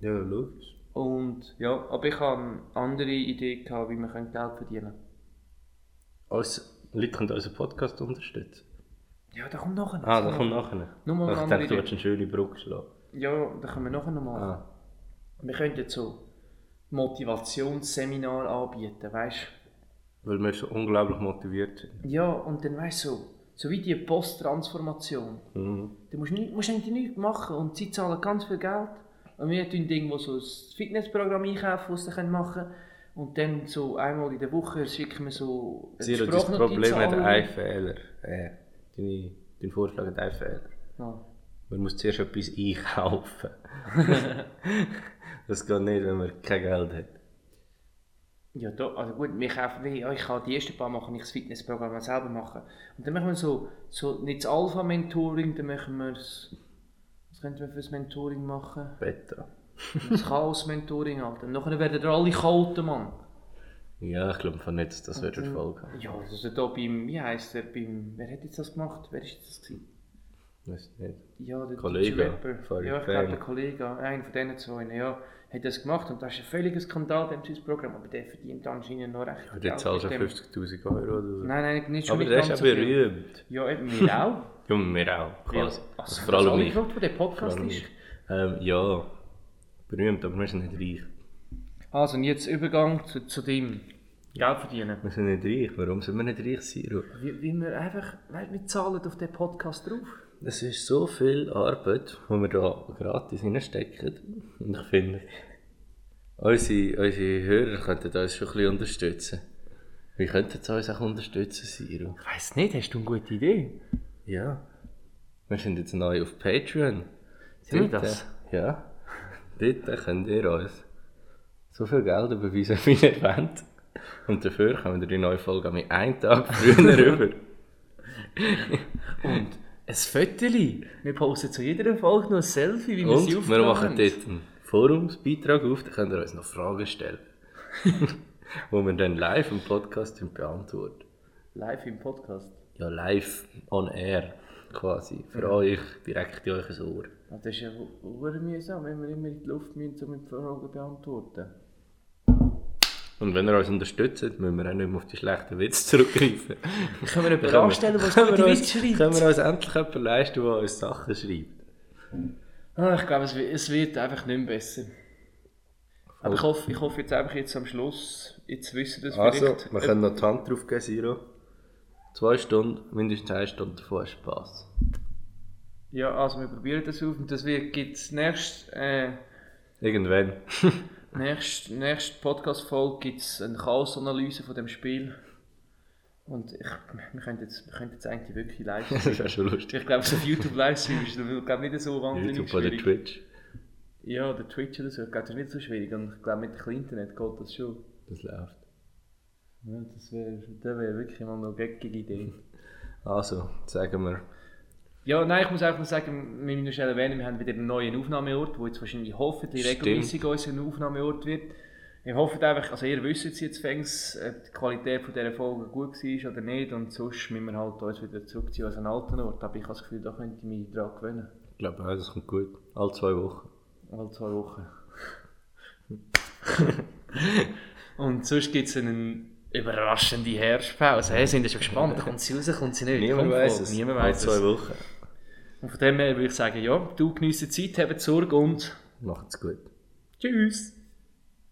Ja, logisch.
Und ja, aber ich habe eine andere Idee gehabt, wie man Geld verdienen kann.
Als, Leute können unseren Podcast unterstützen.
Ja, da kommt noch ein.
Ah, das kommt nachher.
Nur mal eine
ich
andere
dachte, du
Idee.
willst eine schöne Brücke schlagen.
Ja, da können wir nachher noch mal.
Ah.
Wir könnten so Motivationsseminar anbieten, weißt du?
Weil wir so unglaublich motiviert sind.
Ja, und dann weißt du, so, so wie die Posttransformation. Du musst, nicht, musst eigentlich nichts machen und sie zahlen ganz viel Geld. Und wir tun irgendwo so ein Fitnessprogramm einkaufen, das sie können machen können. Und dann so einmal in der Woche schicken wir so eine
Zero, das
Sprachnotiz
Problem hat
an alle.
einen Fehler. Äh, deine, dein Vorschlag hat einen Fehler.
Ja.
Man muss zuerst etwas einkaufen. das geht nicht, wenn man kein Geld hat.
Ja, da, also gut, wir kaufen, wie- ja, ich kann die ersten paar machen, ich das Fitnessprogramm auch selber machen. Und dann machen wir so, so nicht das Alpha-Mentoring, dann machen wir das, was könnten wir für das Mentoring machen?
Beta.
Das Chaos-Mentoring, Alter. Und nachher werden da alle kalten, Mann.
Ja, ich glaube von nicht, dass das wird
Mhm.
Erfolg haben.
Ja, das ist ja da beim, wie heisst der, beim, wer hat jetzt das gemacht? Wer ist das gewesen?
Weiß nicht.
Ja, der
Kollege,
deutsche Rapper.
Farid
Ja, ich
Bang.
glaube, der Kollege, einer von diesen zwei, ne, ja, hat das gemacht und das ist ein völliger Skandal, dem sein Programm, aber der verdient anscheinend noch recht.
Aber jetzt zahlst du ja 50'000 Euro oder so.
Nein, nein, nicht schon
Aber
nicht
der ist
ganz
auch
so viel.
berühmt.
Ja, eben, wir auch.
Ja, wir auch, quasi. Also, vor
das
allem
alle
ich.
Leute, die der Podcast
Vor allem
ist.
ich. Ähm, ja, berühmt, aber wir sind nicht reich.
Also, und jetzt Übergang zu, zu dem Geld verdienen.
Wir sind nicht reich. Warum sind wir nicht reich, Siro?
Wie, wie wir einfach, weißt, wir zahlen auf den Podcast drauf.
Es ist so viel Arbeit, die wir da gratis reinstecken. Und ich finde, unsere, unsere Hörer könnten uns schon ein bisschen unterstützen. Wie könnten sie uns auch unterstützen, Siro?
Ich weiss nicht, hast du eine gute Idee?
Ja. Wir sind jetzt neu auf Patreon.
Sind wir
Dort,
das?
äh, Ja. Dort könnt ihr uns so viel Geld überweisen, wie ihr wollt. Und dafür kommen wir die neue Folge mit einem Tag früher rüber.
Und ein Föteli. Wir posten zu jeder Folge noch ein Selfie, wie wir sie
Und wir
aufgenommen
machen
haben.
dort einen Forumsbeitrag auf, da könnt ihr uns noch Fragen stellen. wo wir dann live im Podcast beantworten.
Live im Podcast.
Ja, live on air quasi. Für euch, direkt in euch Ohr.
Ah, Das ist ja hu- hure mühsam, wenn wir immer in die Luft müssen, um die Fragen zu beantworten.
Und wenn ihr uns unterstützt, müssen wir auch nicht mehr auf die schlechten Witze zurückgreifen.
Können wir jemanden
Können wir-
anstellen, der
können
gute
wir
Witz
uns-
schreibt?
Können wir uns endlich jemanden leisten, der uns Sachen schreibt?
Ah, ich glaube, es, wi- es wird einfach nicht mehr besser. Aber
Oh.
ich hoffe, ich hoffe jetzt einfach jetzt am Schluss, jetzt wissen das vielleicht.
Also, wir können noch die Hand drauf geben, Siro. Zwei Stunden, mindestens eine Stunde davon ist Spass.
Ja, also wir probieren das auf und das wird gibt's nächst, äh,
Irgendwann.
nächst, nächst Podcast-Folge gibt's eine Chaos-Analyse von dem Spiel. Und ich, wir können jetzt, wir können jetzt eigentlich wirklich live
das ist ja schon lustig.
dus Ich glaube, so auf YouTube Livestream ist glaub, nicht so wahnsinnig
YouTube oder
schwierig.
Twitch.
Ja, oder Twitch dus oder so. Ich glaube, das ist nicht so schwierig. Und ich glaube, mit ein bisschen Internet geht das schon.
Das läuft.
Ja, das wäre das wär wirklich mal eine geckige Idee.
Also, sagen wir.
Ja, nein, ich muss einfach nur sagen, wir müssen schnell erwähnen, wir haben wieder einen neuen Aufnahmeort, wo jetzt wahrscheinlich hoffentlich
Stimmt.
regelmäßig unser Aufnahmeort wird. Ich hoffe einfach, also ihr wisst es jetzt fängs, ob die Qualität von dieser Folge gut war oder nicht und sonst müssen wir halt uns wieder zurückziehen an einen alten Ort, aber ich habe das Gefühl, da könnte ich mich dran gewöhnen.
Ich glaube, auch, das kommt gut. Alle zwei Wochen.
Alle zwei Wochen. und sonst gibt es eine überraschende Herbstpause. Hey, sind ihr schon gespannt? Kommt sie raus, kommt sie nicht?
Niemand
Kommt
weiß
voll.
es.
Niemand weiß
Alle
es.
zwei Wochen.
Und von dem her würde ich sagen, ja, du genießt die Zeit, habt Sorge und
Macht's gut.
tschüss.